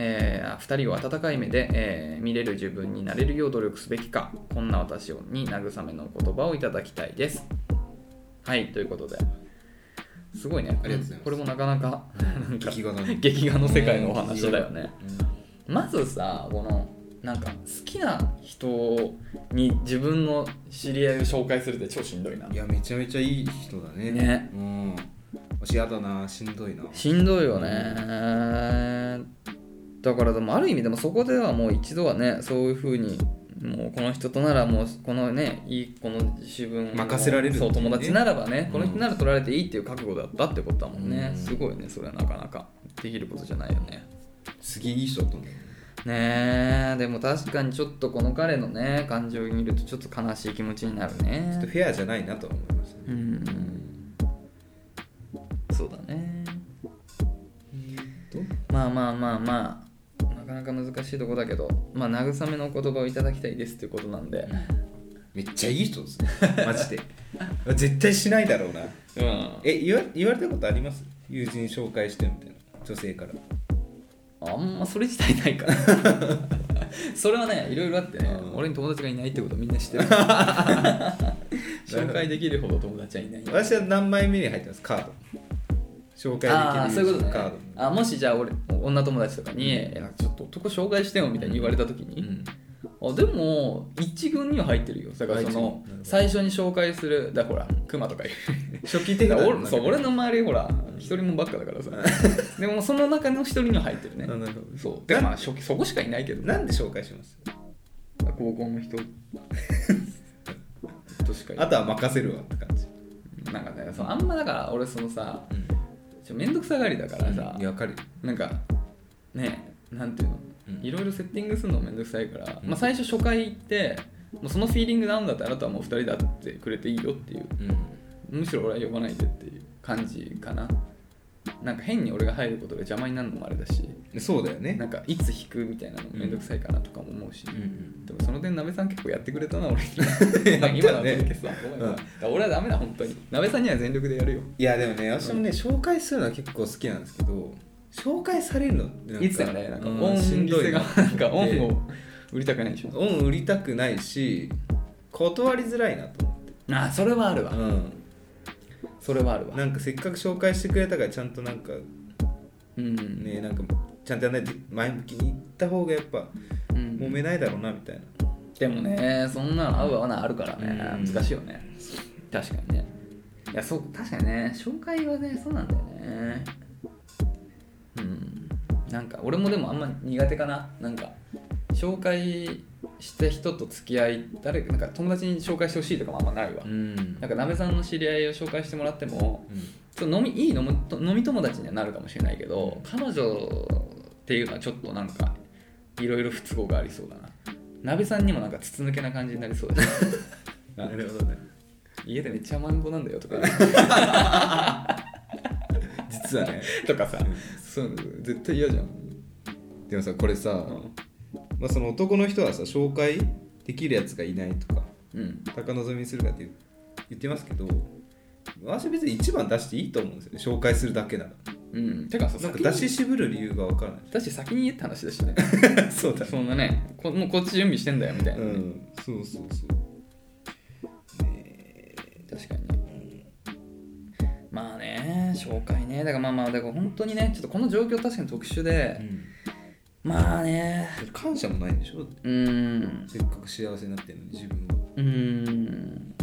えー、2人を温かい目で、えー見れる自分になれるよう努力すべきかこんな私をに慰めのお言葉をいただきたいですはいということですごいねありがとうございますこれもなかなか [LAUGHS] なんか激画だね劇画の世界のお話だよねうんまずさこのなんか好きな人に自分の知り合いを紹介するって超しんどいないやめちゃめちゃいい人だねねうん私やだなしんどいなしんどいよねだからでもある意味でもそこではもう一度はねそういうふうにもうこの人とならもうこのねいいこの自分を任せられるっていそうねう友達ならばね、うんこの人なら取られていいっていう覚悟だったってことだもんね、うんすごいねそれはなかなかできることじゃないよねすげえいい人だったんだよねねえでも確かにちょっとこの彼のね感情を見るとちょっと悲しい気持ちになるちょっとねフェアじゃないなとは思いましたうねんそうだねどまあまあまあまあなかなか難しいとこだけどまあ慰めのお言葉をいただきたいですっていうことなんでめっちゃいい人ですねマジで [LAUGHS] 絶対しないだろうなうんえ言わ言われたことあります友人紹介してみたいな女性からあんまそれ自体ないから [LAUGHS] それはねいろいろあってね、うん俺に友達がいないってことみんな知 [LAUGHS] ってる紹介できるほど友達はいない私は何枚目に入ってますカード紹介ああできーそうるいうことねカードあもしじゃあ俺女友達とかにえ「なんかちょっと男紹介してよ」みたいに言われた時うに、んあでも一軍には入ってるよだからあその一軍なるほど最初に紹介するだからほらクマとかいる初期だ的かなら俺そう俺の周りほら一人もばっかだからさ [LAUGHS] でもその中の一人には入ってるねなるほどそうでまあ初期そこしかいないけどなんで紹介します高 [LAUGHS] 校の人としかいなあいとは任せるわって感じ、なんかねそうあんまだから俺そのさちょめんどくさがりだからさ、いやわかるなんかねなんていうの、うんいろいろセッティングするのめんどくさいから、うんまあ、最初初回行ってもうそのフィーリングなんだってあなたはもう2人で会ってくれていいよっていううんむしろ俺は呼ばないでっていう感じかななんか変に俺が入ることが邪魔になるのもあれだしそうだよねなんかいつ引くみたいなのもめんどくさいかなとかも思うし、うんうんでもその点、なべさん結構やってくれたな、俺に [LAUGHS] やったね今だけどさ、ごめんごめんうんだから俺はダメだ、本当に。なべさんには全力でやるよ。いやでもね私もね紹介するのは結構好きなんですけど紹介されるのってなんかいつだよね、なんか、うんオンしんど店いがな、なんか、オンを売りたくないでしょ。オン売りたくないし断りづらいなと思ってああ、それはあるわ。うそれはあるんわ。なんかせっかく紹介してくれたからちゃんとなんかうん。ねなんかちゃんとやんないと前向きに行った方がやっぱうん揉めないだろうなみたいなでもね、そんなの合う合わないあるからね、うん難しいよね。確かにね。いや、そう、確かにね、紹介はね、そうなんだよね。うん。なんか、俺もでもあんま苦手かな。なんか、紹介した人と付き合い、誰か、なんか友達に紹介してほしいとかもあんまないわ。んなんか、なべさんの知り合いを紹介してもらっても、ちょっと飲みいい飲み飲み友達にはなるかもしれないけど彼女っていうのはちょっとなんかいろいろ不都合がありそうだな鍋さんにもなんか筒抜けな感じにな [LAUGHS] りそうだしなるほどね家でめっちゃ甘えん坊なんだよとか [LAUGHS] 実はねとかさそういうの絶対嫌じゃん、でもさこれさ、うんまあ、その男の人はさ紹介できるやつがいないとかうん、高望みにするかって言う言ってますけど私は別に一番出していいと思うんですよね紹介するだけならうん、てかさなんか先に出し渋る理由がわからなだし先に言えって話だしねい [LAUGHS] そうだね [LAUGHS] そんなねこもうこっち準備してんだよみたいな、うねんそうそうそうね確かにまあね紹介ねだからまあまあだから本当にねちょっとこの状況確かに特殊えで、まあね感謝もないんでしょうんせっかく幸せになってるのに自分はうーん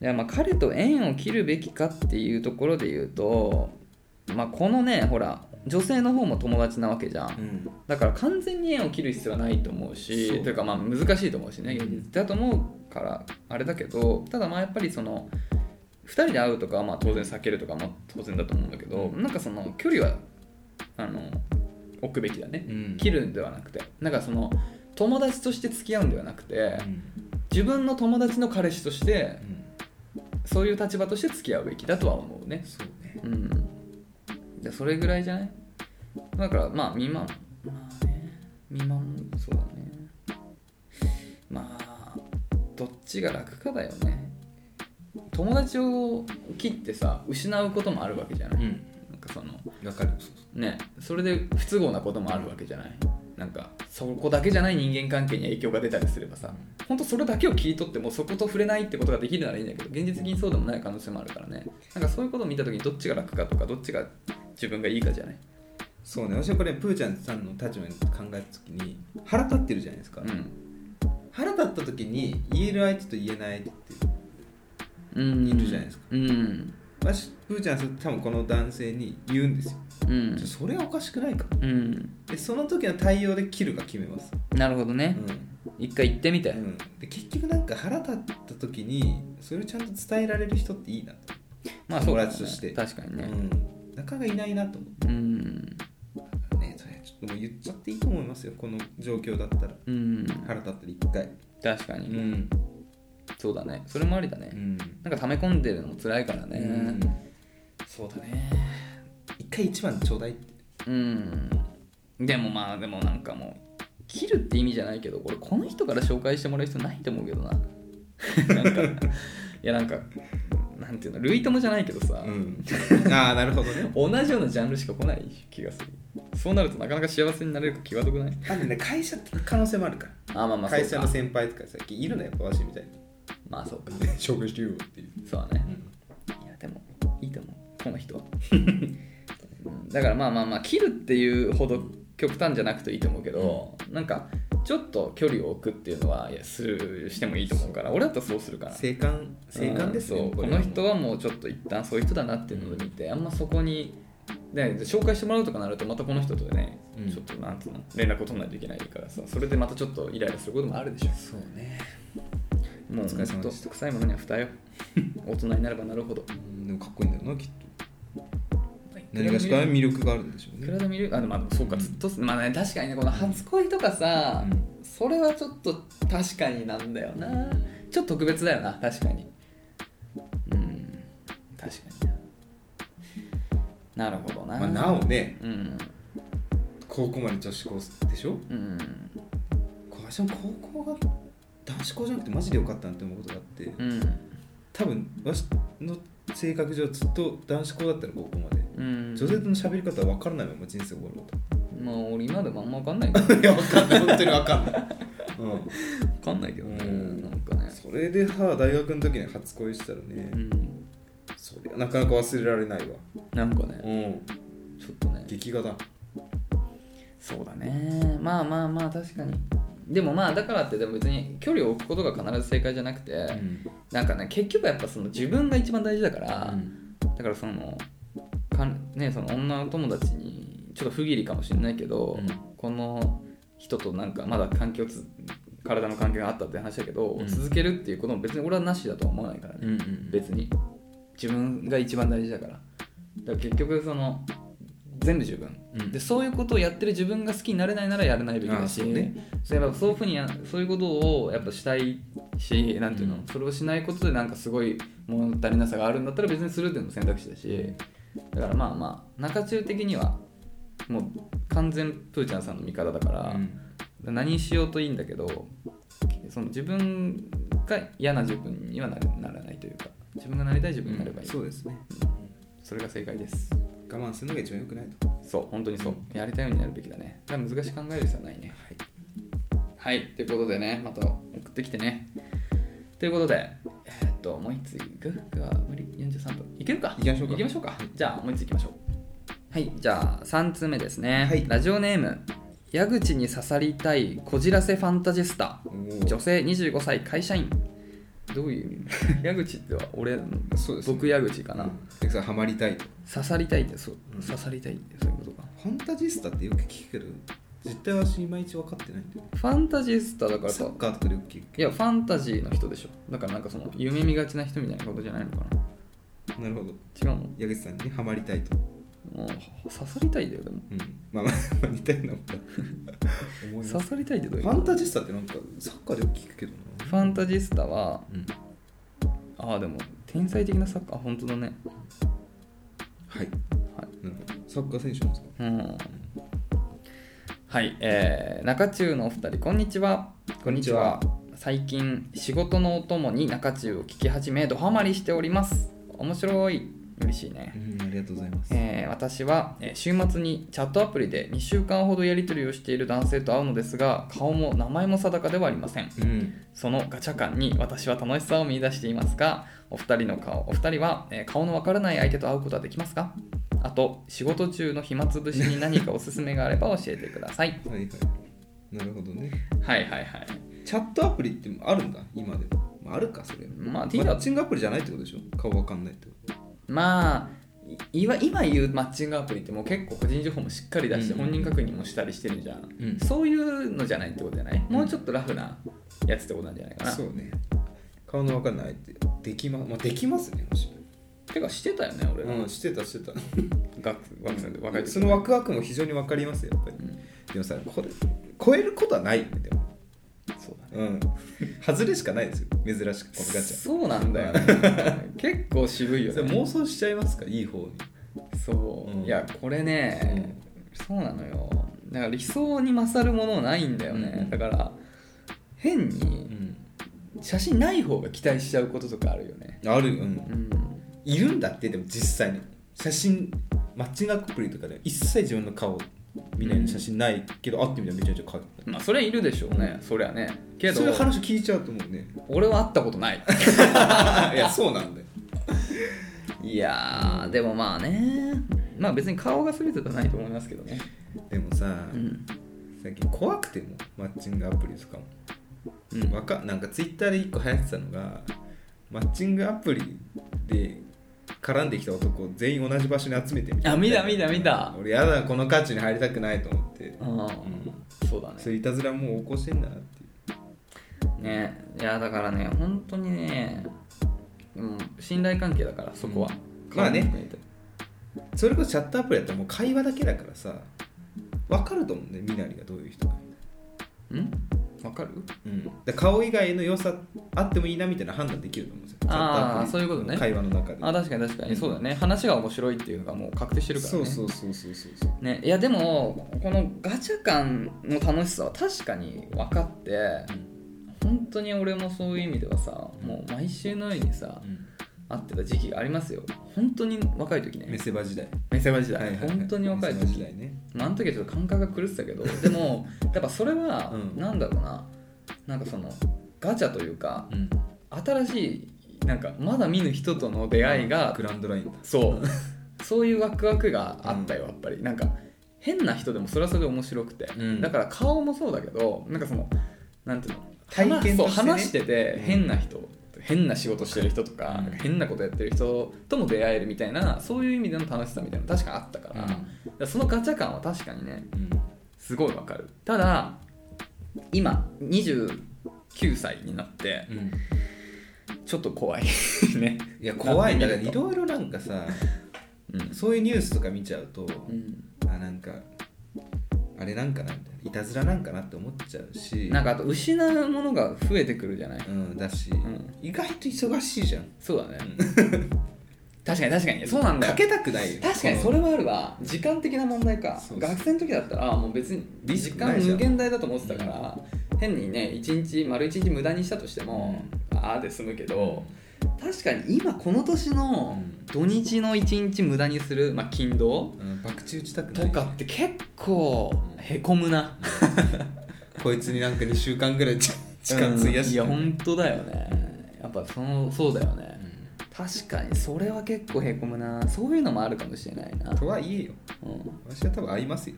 いやまあ彼と縁を切るべきかっていうところで言うと、まあ、このねほら女性の方も友達なわけじゃんんだから完全に縁を切る必要はないと思うそうしというかまあ難しいと思うしね現実だと思うからあれだけどただまあやっぱりその2人で会うとかはまあ当然避けるとかも当然だと思うんだけどなんかその距離はあの置くべきだねうん切るんではなくてなんかその友達として付き合うんではなくてうん自分の友達の彼氏としてうんそういう立場として付き合うべきだとは思うねそうねうんでそれぐらいじゃないだからまあ未満まあね未満そうだねまあどっちが楽かだよね友達を切ってさ失うこともあるわけじゃない、んなんかそのわかるそうねそれで不都合なこともあるわけじゃないなんかそこだけじゃない人間関係に影響が出たりすればさ本当それだけを切り取ってもうそこと触れないってことができるならいいんだけど現実的にそうでもない可能性もあるからねなんかそういうことを見た時にどっちが楽かとかどっちが自分がいいかじゃないそうね私はこれプーちゃんさんの立場に考えた時に腹立ってるじゃないですか、うん腹立った時に言える相手と言えない相手ってうんいるじゃないですかうん私プーちゃんさん多分この男性に言うんですよ、うんちょそれはおかしくないかうんでその時の対応で切るか決めます、なるほどうね、ん一回行ってみて、うん、で結局なんか腹立った時にそれをちゃんと伝えられる人っていいなと、まあそうだ友ね達として確かにうねん、なかなかいないなと思っうんてねそれはちょっともう言っちゃっていいと思いますよこの状況だったらうん腹立ったり一回確かに、ん、そうだねそれもありだね、うんなんか溜め込んでるのも辛いからね、そうだね一回一番ちょうだいってうんでもまあでもなんかもう切るって意味じゃないけど俺この [LAUGHS] 人から紹介してもらう人ないと思うけどななんかいやなんかなんていうの類友じゃないけどさ、うん、 [LAUGHS] ああなるほどね同じようなジャンルしか来ない気がするそうなるとなかなか幸せになれるか際どくないあでもね会社って可能性もあるからあまあまあそう会社のか先輩とか最近いるのよやっぱわしみたい [LAUGHS] にまあそうか紹介してよっていう、そうだねいやでもいいと思うこの人は [LAUGHS] うんだからまあまあまあ切るっていうほど極端じゃなくていいと思うけど、なんかちょっと距離を置くっていうのはいやするしてもいいと思うから俺だったらそうするから生還生還ですうんよそうこの人はもうちょっと一旦そういう人だなっていうのを見て、あんまそこに、ね、紹介してもらうとかなるとまたこの人とね、うんちょっとなんつうの連絡を取らないといけないからさそれでまたちょっとイライラすることもあるでしょそうねもうお疲れ様でしたほんと臭いものには蓋よ大人になればなるほどうんでもかっこいいんだよなきっと何がしか魅力があるんでしょういねくらでもいるあでもあそうかずっとまあね確かにねこの初恋とかさ、うそれはちょっと確かになんだよなちょっと特別だよな確かにうん確かにななるほどな、まあ、なおねうん高校まで女子校でしょうんわしも高校が男子校じゃなくてマジでよかったなって思うことがあってうん多分わしの性格上ずっと男子校だったら高校までう女ん性との喋り方は分からないまま人生終わるこまあ俺今でもあんま分かんないけど分 [LAUGHS] といや分かんない本当に分かんない、 [LAUGHS] うかんないけどねうんなんかねん、それでさ大学の時に初恋したらね、うんそれはなかなか忘れられないわ、なんかねん、ちょっとね劇画だそうだねまあまあまあ確かにでもまあだからってでも別に距離を置くことが必ず正解じゃなくて、んなんかね結局やっぱその自分が一番大事だから、だからそのかんねその女の友達にちょっと不義理かもしれないけど、うんこの人となんかまだ環境つ体の関係があったって話だけど、うん続けるっていうことも別に俺はなしだとは思わないからね、うん別に自分が一番大事だからだから結局その全部自分、うんでそういうことをやってる自分が好きになれないならやらないべきだしああそうねそうやっぱそういうふうにやそういうことをやっぱしたいしなんていうの、うんそれをしないことでなんかすごい物足りなさがあるんだったら別にするっていうのも選択肢だしだからまあまあ中中的にはもう完全プーちゃんさんの味方だから、何しようといいんだけどその自分が嫌な自分にはなれならないというか自分がなりたい自分になればいい、そうですねそれが正解です我慢するのが一番良くないとそう本当にそうやりたいようになるべきだねだから難しく考える必要はないねはい、はい、ということでねまた送ってきてねということでえーっともう一ついくか無理43分いけるかいきましょうかいきましょうかじゃあもう一ついきましょうはいじゃあ3通目ですね、はいラジオネーム矢口に刺さりたいこじらせファンタジスタ女性25歳会社員どういう意味矢口っては俺そうですね僕矢口かな、でさハマりたいと刺さりたいってそう、うん刺さりたいってそういうことかファンタジスタってよく聞くけど実態は私いまいち分かってないんだよファンタジスタだからサさッカーとかでよく聞くいやファンタジーの人でしょだからなんかその夢見がちな人みたいなことじゃないのかなるほどな違うの矢口さんにハマりたいと、もう刺さりたいだよでもうん、まあまあ似たようなもん [LAUGHS] だ思います刺さりたいってどうフいうァンことタジスタってなんかサッカーでよく聞くけどなファンタジスタはうんああでも天才的なサッカー本当だねはいはいなるほどサッカー選手なんですかうんはい、えー中中のお二人こんにちはこんにちは最近仕事のお供に中中を聞き始めドハマりしております面白い嬉しいねうんありがとうございますえー私はえー週末にチャットアプリで2週間ほどやり取りをしている男性と会うのですが顔も名前も定かではありませんうんそのガチャ感に私は楽しさを見出していますがお二人の顔お二人は、えー顔のわからない相手と会うことはできますかあと仕事中の暇つぶしに何かおすすめがあれば教えてくださいはいはいなるほどねはいはいはいチャットアプリってあるんだ今でも、まあ、あるかそれまあマ Tinder ッチングアプリじゃないってことでしょ顔わかんないってことまあいいわ今言うマッチングアプリってもう結構個人情報もしっかり出してうん本人確認もしたりしてるじゃん、うんそういうのじゃないってことじゃない、もうちょっとラフなやつってことなんじゃないかなそうね顔のわかんない相手できま,、まあ、できますねむしろてかしてたよね俺、うん、してたしてた。学学生で若い時そのワクワクも非常にわかりますよ、やっぱり。うんでもさ、これ、超えることはないよね、でも。そうだねうん。外れしかないですよ、珍しく、このガチャ。そうなんだよ、 [LAUGHS] ね、結構渋いよそれね妄想しちゃいますか、いい方に。そう、うんいやこれね、そうなのよだから理想に勝るものはないんだよね、うんだから変にん。写真ない方が期待しちゃうこととかあるよねある、うんう。んいるんだってでも実際に写真マッチングアプリとかで一切自分の顔みたいな写真ないけど、会ってみたらめちゃめちゃ可愛かったまあそれはいるでしょうね、そりゃねけどそういう話聞いちゃうと思うね俺は会ったことないいやそうなんだよ [LAUGHS] いやーでもまあねまあ別に顔が全てじゃないと思いますけどねでもさ、うん最近怖くてもマッチングアプリとかも、うんわかなんかツイッターで一個流行ってたのがマッチングアプリで絡んできた男を全員同じ場所に集めてみあ見た見た見た俺やだこの価値に入りたくないと思って、あーそうだねそういういたずらもう起こしてんだなっていうねいやだからね本当にね、うん、信頼関係だからそこは、うんまあねそれこそチャットアプリだったらもう会話だけだからさ分かると思うんだよみなりがどういう人か、うんわかるうん、だから顔以外の良さあってもいいなみたいな判断できると思うんですよチャットアプああリそういうことね会話の中であ確かに確かに、うんそうだね話が面白いっていうのがもう確定してるからそねうそうそうそうそうそうね、いやでもこのガチャ感の楽しさは確かに分かって、本当に俺もそういう意味ではさもう毎週のようにさ会ってた時期がありますよ本当に若い時ねメセバ時代メセバ時代、はいはいはい本当に若いメセバ時時代ねまあ、あの時はちょっと感覚が狂ってた [LAUGHS] けどでもやっぱそれはうんなんだろうな、なんかそのガチャというかうん新しいなんかまだ見ぬ人との出会いが、グランドラインだそう [LAUGHS] そういうワクワクがあったよやっぱりなんか変な人でもそれはそれで面白くて、うんだから顔もそうだけどなんかそのなんていうの体験としてね話そう話しててうん変な人、変な仕事してる人とか,、うんなんか変なことやってる人とも出会えるみたいなそういう意味での楽しさみたいなの確かあったから,、だからそのガチャ感は確かにねうんすごいわかるただ今29歳になってうんちょっと怖い [LAUGHS] ねいや怖いなだかんから見るいとろいろなんかさうんそういうニュースとか見ちゃうとうんあなんかあれなんかなみたいないたずらなんかなって思っちゃうしなんかあと失うものが増えてくるじゃないうんだしん意外と忙しいじゃんそうだね [LAUGHS] 確かに確かにそうなんだよかけたくないよ確かにそれれはあるわ時間的な問題かそうそう学生の時だったらもう別にリス時ク間ないじゃん無限大だと思ってたから変にね一日丸一日無駄にしたとしても、ああで済むけど確かに今この年うのん土日の一日無駄にする、まあ、勤労うん博打打ちたくないとかって結構へこむなこいつになんか2週間ぐらい時時間費やしていや本当だよねやっぱそのそうだよね、うん確かにそれは結構へこむなそういうのもあるかもしれないな、とはいえようん、私は多分合いますよ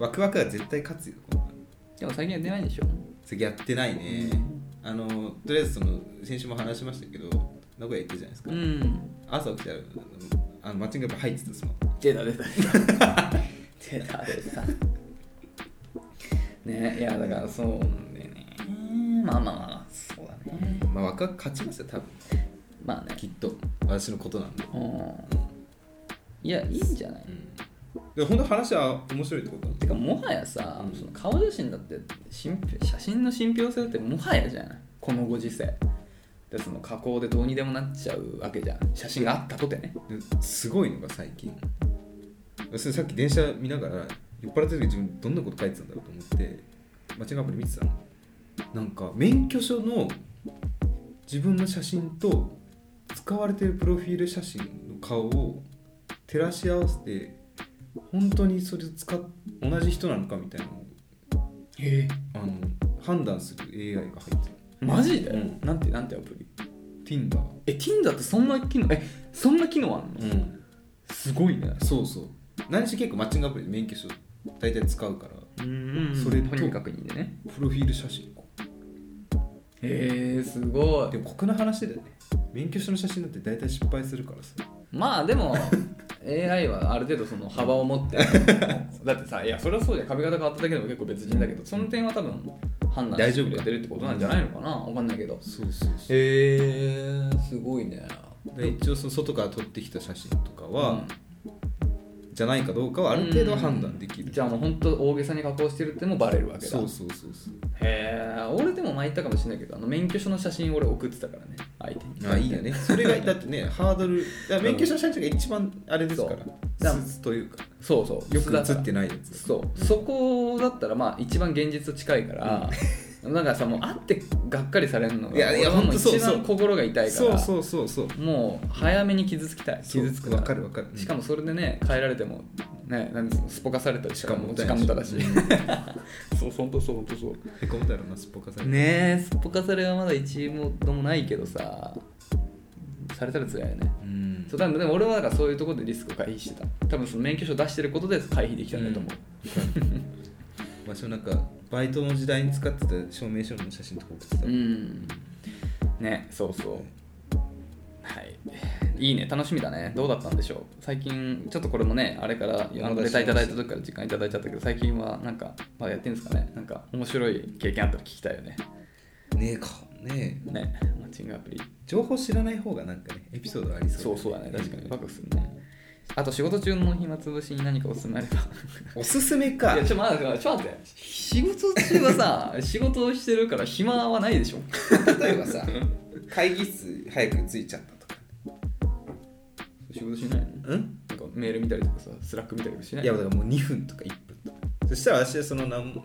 ワクワクは絶対勝つよこんなのでも最近は出ないんでしょ次やってないねあのとりあえずその先週も話しましたけど名古屋行ったじゃないですか、うん朝起きたらあのマッチングアプリ入ってたスマホ出た出た [LAUGHS] 出た出たねいやだからそうなんだよねまあまあまあまあそうだねまあワクワク勝ちますよ多分まあねきっと私のことなんで、うんいやいいんじゃないうん、で本当話は面白いってことてかもはやさ、その顔写真だって信憑写真の信憑性ってもはやじゃないこのご時世でその加工でどうにでもなっちゃうわけじゃん写真があったとてねですごいのが最近それさっき電車見ながら酔っ払ってる時自分どんなこと書いてたんだろうと思ってマッチングアプリ見てたのなんか免許証の自分の写真と使われてるプロフィール写真の顔を照らし合わせて本当にそれ使っ同じ人なのかみたいなのをへえあの判断する AI が入ってるマジで、うんなんてなんてアプリ Tinder え Tinder ってそんな機能えそんな機能あんの、んすごいねそうそう何しろ結構マッチングアプリで免許証大体使うからうんそそれれと本人確認でねプロフィール写真へえすごでいも酷な話だよね免許証の写真だって大体失敗するからさまあでも AI はある程度その幅を持って [LAUGHS] だってさいやそれはそうじゃん髪型変わっただけでも結構別人だけどその点は多分判断してくれてるってことなんじゃないのかなわかんないけどそうそうそへえすごいねう一応その外から撮ってきた写真とかは、うんじゃないかどうかはある程度は判断できるじゃあもう本当大げさに加工してるってもバレるわけだそうそうそうそうへえ俺でも前言ったかもしれないけどあの免許証の写真俺送ってたからね相手にあいいよねそれがだって [LAUGHS] ねハードルだから免許証の写真が一番あれですからそうだから素というかそうそうよくだか写らってないやつそうそこだったらまあ一番現実と近いから、なんかさもう会ってがっかりされるのがいやいや俺はもうほんとそう一番心が痛いかそうらそうそうそうもう早めに傷つきたい傷つくわらかるわかるしかもそれでね変えられてもねなんですすっぽかされたりししかかもも時間もただしうんそう本当そう本当そうへこむだろうなすっぽかされてねえすっぽかされはまだ一も度もないけどさされたら辛いよねうんそう多分でも俺はだからそういうところでリスクを回避してた多分その免許証出してることで回避できたんだと思う、わしもなんかバイトの時代に使ってた証明書の写真とか送ってたうんねそうそうはいいいね楽しみだねどうだったんでしょう最近ちょっとこれもねあれからあのレターいただいた時から時間いただいちゃったけど最近はなんかまだやってるんですかねなんか面白い経験あったら聞きたいよねねえかねえねマッチングアプリ情報知らない方がなんかねエピソードありそそうそうだね確かにワクワクするねあと仕事中の暇つぶしに何かおすすめあればおすすめかいやちょっと待ってちょっと待って仕事中は [LAUGHS] さ仕事をしてるから暇はないでしょ例えばさ [LAUGHS] 会議室早く着いちゃったとか仕事しないのうんなんかメール見たりとかさスラック見たりとかしないいやだからもう2分とか1分とかそしたら私はその何も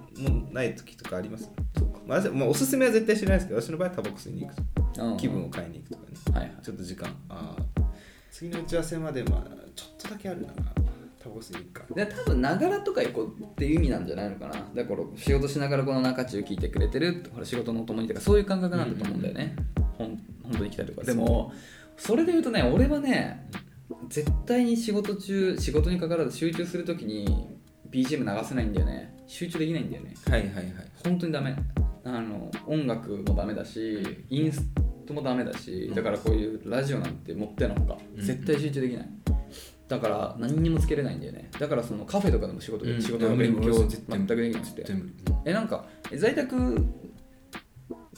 ない時とかありますそうか、まあ私まあ、おすすめは絶対しないですけど私の場合はタバコ吸いに行くとかうん気分を変えに行くとかねはいはいちょっと時間あー次の打ち合わせまでまあちょっとだけあるなタバコ吸いに行くかで多分ながらとか行こうっていう意味なんじゃないのかなだから仕事しながらこの中中聞いてくれてるほら仕事のお供にとかそういう感覚なんだと思うんだよね、ほん本当に行きたいとかでもそれで言うとね俺はね絶対に仕事中仕事にかからず集中するときに BGM 流せないんだよね集中できないんだよねはいはいはい本当にダメあの音楽もダメだしインストもダメだしだからこういうラジオなんて持ってのほかうん絶対集中できない、だから何にもつけれないんだよねだからそのカフェとかでも仕事で、うん仕事の勉強全くできなくて全部えなんかえ在宅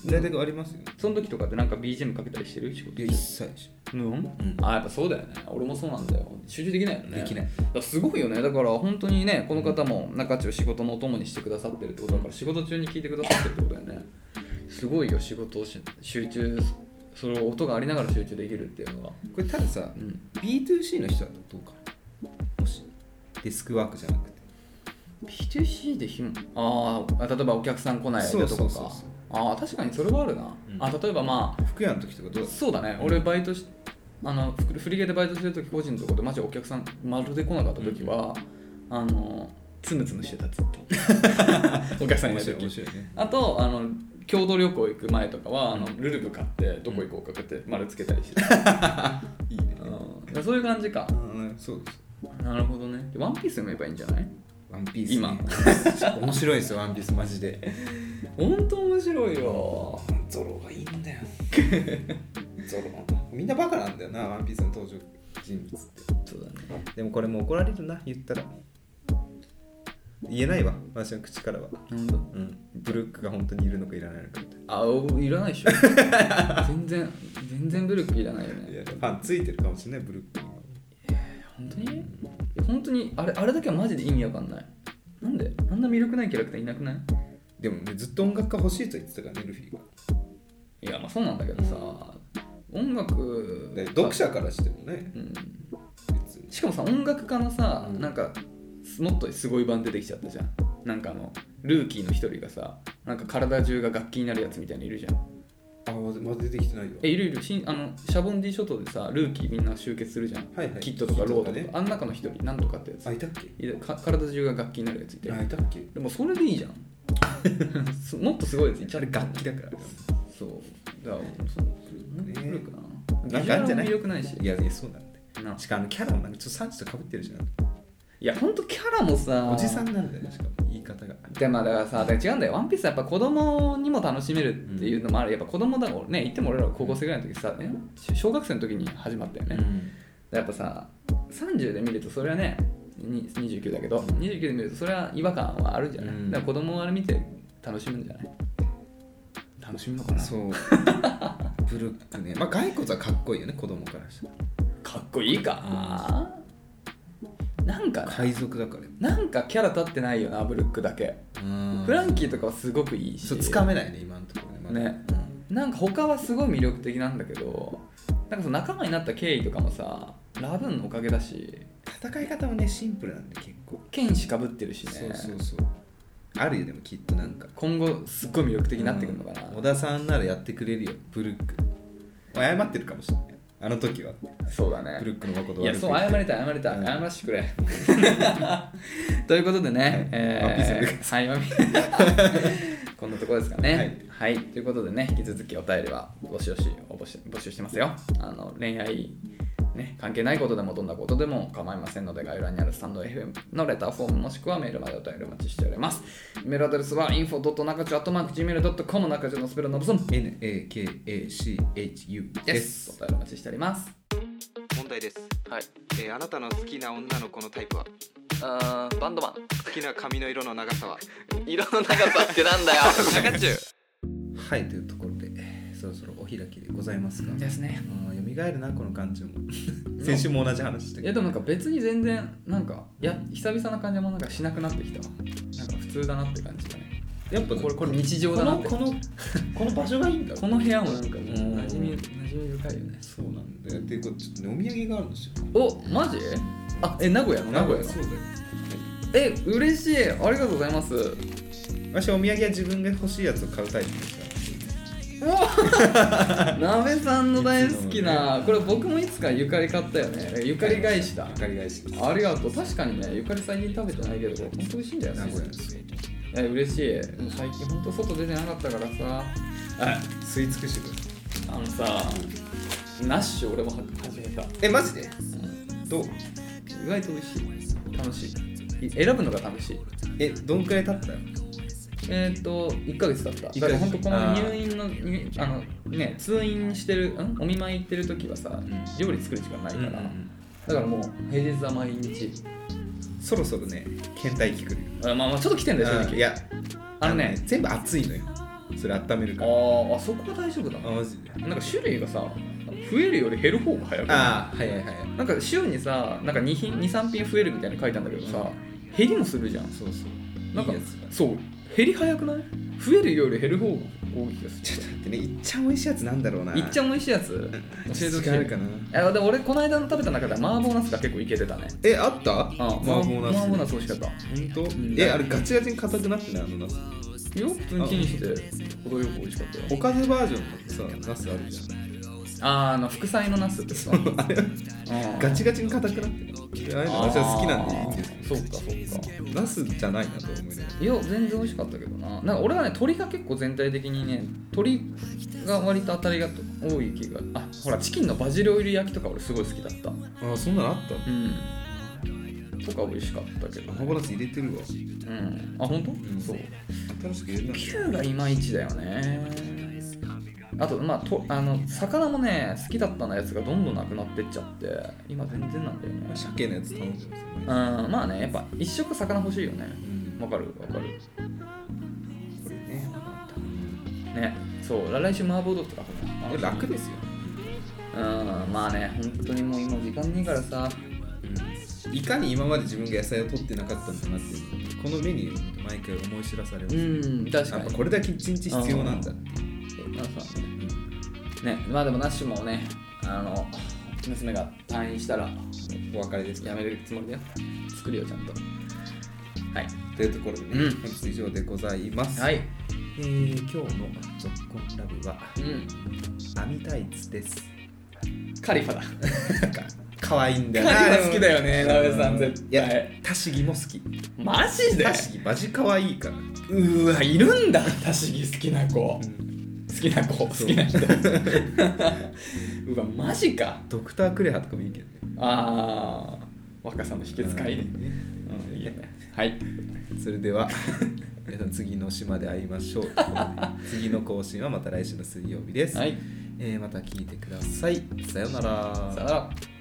大体ありますよねその時とかってなんか BGM かけたりしてる仕事いや一切し無音、んあやっぱそうだよね俺もそうなんだよ集中できないよねできないだからすごいよねだから本当にねこの方も中地を仕事のお供にしてくださってるってことだから仕事中に聞いてくださってるってことだよねすごいよ仕事をし集中それを音がありながら集中できるっていうのはこれたださうん B2C の人だとどうかなもしデスクワークじゃなくて B2C でひんあーあ例えばお客さん来ない間とかかそうそうそうそうああ確かにそれはあるな、うんあ例えばまあ服屋の時とかどうだそうだね俺バイトしあのフフリゲでバイトしてる時個人のとこでマジお客さんまるで来なかった時は、あのつむつむしてたずっとお客さんい面ない白い面時白いねあとあの郷土旅行行く前とかはあのルルブ買ってどこ行こうかって丸つけたりしてた、いいね [LAUGHS] うんそういう感じかうんそうですなるほどねワンピース読めばいいんじゃないワンピース、ね、今面白いですよワンピースマジで本当面白いよゾロがいいんだよゾロみんなバカなんだよなワンピースの登場人物っそうだねてでもこれもう怒られるな言ったら言えないわ私の口からはなんだうんブルックが本当にいるのかいらないのかみたいあおいらないでし [LAUGHS] ょ全然全然ブルックいらないよねないやファンついてるかもしれないブルックには本当に本当にあれあれだけはマジで意味わかんないなんであんな魅力ないキャラクターいなくないでもねずっと音楽家欲しいと言ってたからねルフィがいやまあそうなんだけどさ音楽で読者からしてもねうん別にしかもさ音楽家のさ、うんなんかもっとすごい版出てきちゃったじゃんなんかあのルーキーの一人がさなんか体中が楽器になるやつみたいにいるじゃんあまだまだ出てきてないよえいるいるしんあのシャボンディ諸島でさルーキーみんな集結するじゃん、はいはいキットとかローとかキッドとあん中の一人なんとかってやつあいたっけいるか体中が楽器になるやついてあいたっけでもそれでいいじゃん [LAUGHS] そもっとすごいやついっちゃあうれ楽器だからそうだからそうね古くななんビかジあュアるんじゃルもない魅力ないしいやいやそうなんだよなしかもあのキャラもなんかちょっと産地とかぶってるじゃいやほんとキャラもさんおじさんなんだよねしかも言い方がでまあだからさだから違うんだよ「ワンピースはやっぱ子供にも楽しめるっていうのもある、やっぱ子供だもんね言っても俺ら高校生ぐらいの時さ、ね、小学生の時に始まったよね、やっぱさ30で見るとそれはねに29だけど29で見るとそれは違和感はあるんじゃない、うんだから子供はあれ見て楽しむんじゃない楽しむのかなそう [LAUGHS] ブルックねまあ骸骨はかっこいいよね子供からしたかっこいいかなんからな海賊だからねなんかキャラ立ってないよなブルックだけフフランキキーとかはすごくいいしそうつかめないね今のところねまだねなんか他はすごい魅力的なんだけどなんかその仲間になった経緯とかもさラブンのおかげだし戦い方もねシンプルなんで結構剣士かぶってるしねそうそうそうあるよでもきっとなんか今後すっごい魅力的になってくるのかな、うん小田さんならやってくれるよブルックまあ謝ってるかもしれないあの時はそうだねブルックの誠いやそう謝りたい謝りたい、うん謝らせてくれ [LAUGHS] ということでね、ワンピースやっえてー、はいワンピ [LAUGHS] ースこんなところですかねはい、ということでね引き続きお便りは募集し募集募集してますよあの恋愛ね、関係ないことでもどんなことでも構いませんので概要欄にあるスタンド FM のレターフォームもしくはメールまでお便りお待ちしておりますメールアドレスは info.nakachu.gmail.com 中条のスペルのぶそん NAKACHU でですすお便りお待ちしております問題です、はいえーあなたの好きな女の子のタイプはあバンドマン好きな髪の色の長さは色の長さってなんだよ中中はいというところでそろそろお開きでございますがですねあー蘇るなこの感 [LAUGHS] 情も先週も同じ話したいけやでどもなんか別に全然なんかいや久々な感じもなんかしなくなってきたわなんか普通だなって感じだねやっぱこれこれ日常こだなのってこのこの場所がいいんだろうこの部屋もなんかもううん馴染み馴染み深いよねそうなんだよっていうことちょっとねお土産があるんですよおマジあえ名古屋の名古屋のそうだよえ嬉しいありがとうございます私お土産は自分が欲しいやつを買うタイプでしたなべさんの大好きなこれ僕もいつかゆかり買ったよねゆかり返しだわかり返しですありがとう確かにねゆかり最近食べてないけど本当美味しいんだよね名古屋ですえ嬉しい最近本当外出てなかったからさあ吸い尽くしてくださいあのさナッシュ俺も始めた、えマジでどう意外と美味しい楽しいい選ぶのが楽しいえどんくらい経ったよえっ、ー、と1ヶ月経った一だヶから月本当こあのー入院のにあのね通院してるんお見舞い行ってる時はさ、ん料理作る時間ないから、だからもう平日は毎日そろそろね倦怠期来るよあまあまあちょっと来てんだよ正あ直いやあのね全部熱いのよそれ温めるあからーあそこは大丈夫だなマジでなんか種類がさ増えるより減る方が早くないああはいはいはいなんか週にさなんか2品23品増えるみたいに書いたんだけどさ減りもするじゃんそうそうなんかいいやつだそう減り早くない増えるより減る方が大きい気ちょがすっと待ってねいっちゃん美味しいやつなんだろうなるいっちゃん美味しいやつ教えてほしい時間あるかなあでも俺この間の食べた中では麻婆ナスが結構いけてたねえあったあ麻婆麻婆ナナスス美味しかった本当んえあれガチガチに硬くなってないあのナスよ普通に気にして程よく美味しかったよおかずバージョンのさナスあるじあーあの副菜のナスってさ、ゃんあれうんガチガチに硬くなってるああいうの私は好きなんでいいんですけそうかそうかどナスじゃないなと思いながらいや全然美味しかったけどななんか俺はね鶏が結構全体的にね鶏が割と当たりが多い気があほらチキンのバジルオイル焼きとか俺すごい好きだったうあそんなのあったんとか美味しかったけど、麻婆ナス入れてるわうんあ本当、んそう新しく入れたピューがいまいちだよねあとまあとあの魚もね好きだったなやつがどんどんなくなってっちゃって今全然なんだよね鮭のやつ頼んでますうんよねまあねやっぱ一食魚欲しいよねうんわかるわこかるれねねそう来週麻婆豆腐とかほら楽ですよ、うんまあね本当にもう今時間ねえからさいかに今まで自分が野菜を取ってなかったのかなっていうのをこのメニューで毎回思い知らされます、うん確かやっにぱこれだけ一日必要なんだっていうまあそうねねまあでもナッシュもねあの娘が退院したらお別れですかやめるつもりだよ作るよちゃんとはいというところでね、うん本日以上でございます、はいえー、今日の「ゾッコンラブ」はうん「網タイツ」ですカリファだなんか可愛いんだよカリファ好きだよよねラベさん絶いや対タシギも好き [LAUGHS] マジでタシギマジ可愛いから、うーわいるんだタシギ好きな子好きな子好そうきな [LAUGHS] 人うわマジかドクター・クレハとかもいいけどねああ若さの秘訣かいね、うん、いいよねはいそれでは [LAUGHS] 皆さん次の島で会いましょう次の更新はまた来週の水曜日です、はいえーまた聞いてくださいさようならさよなら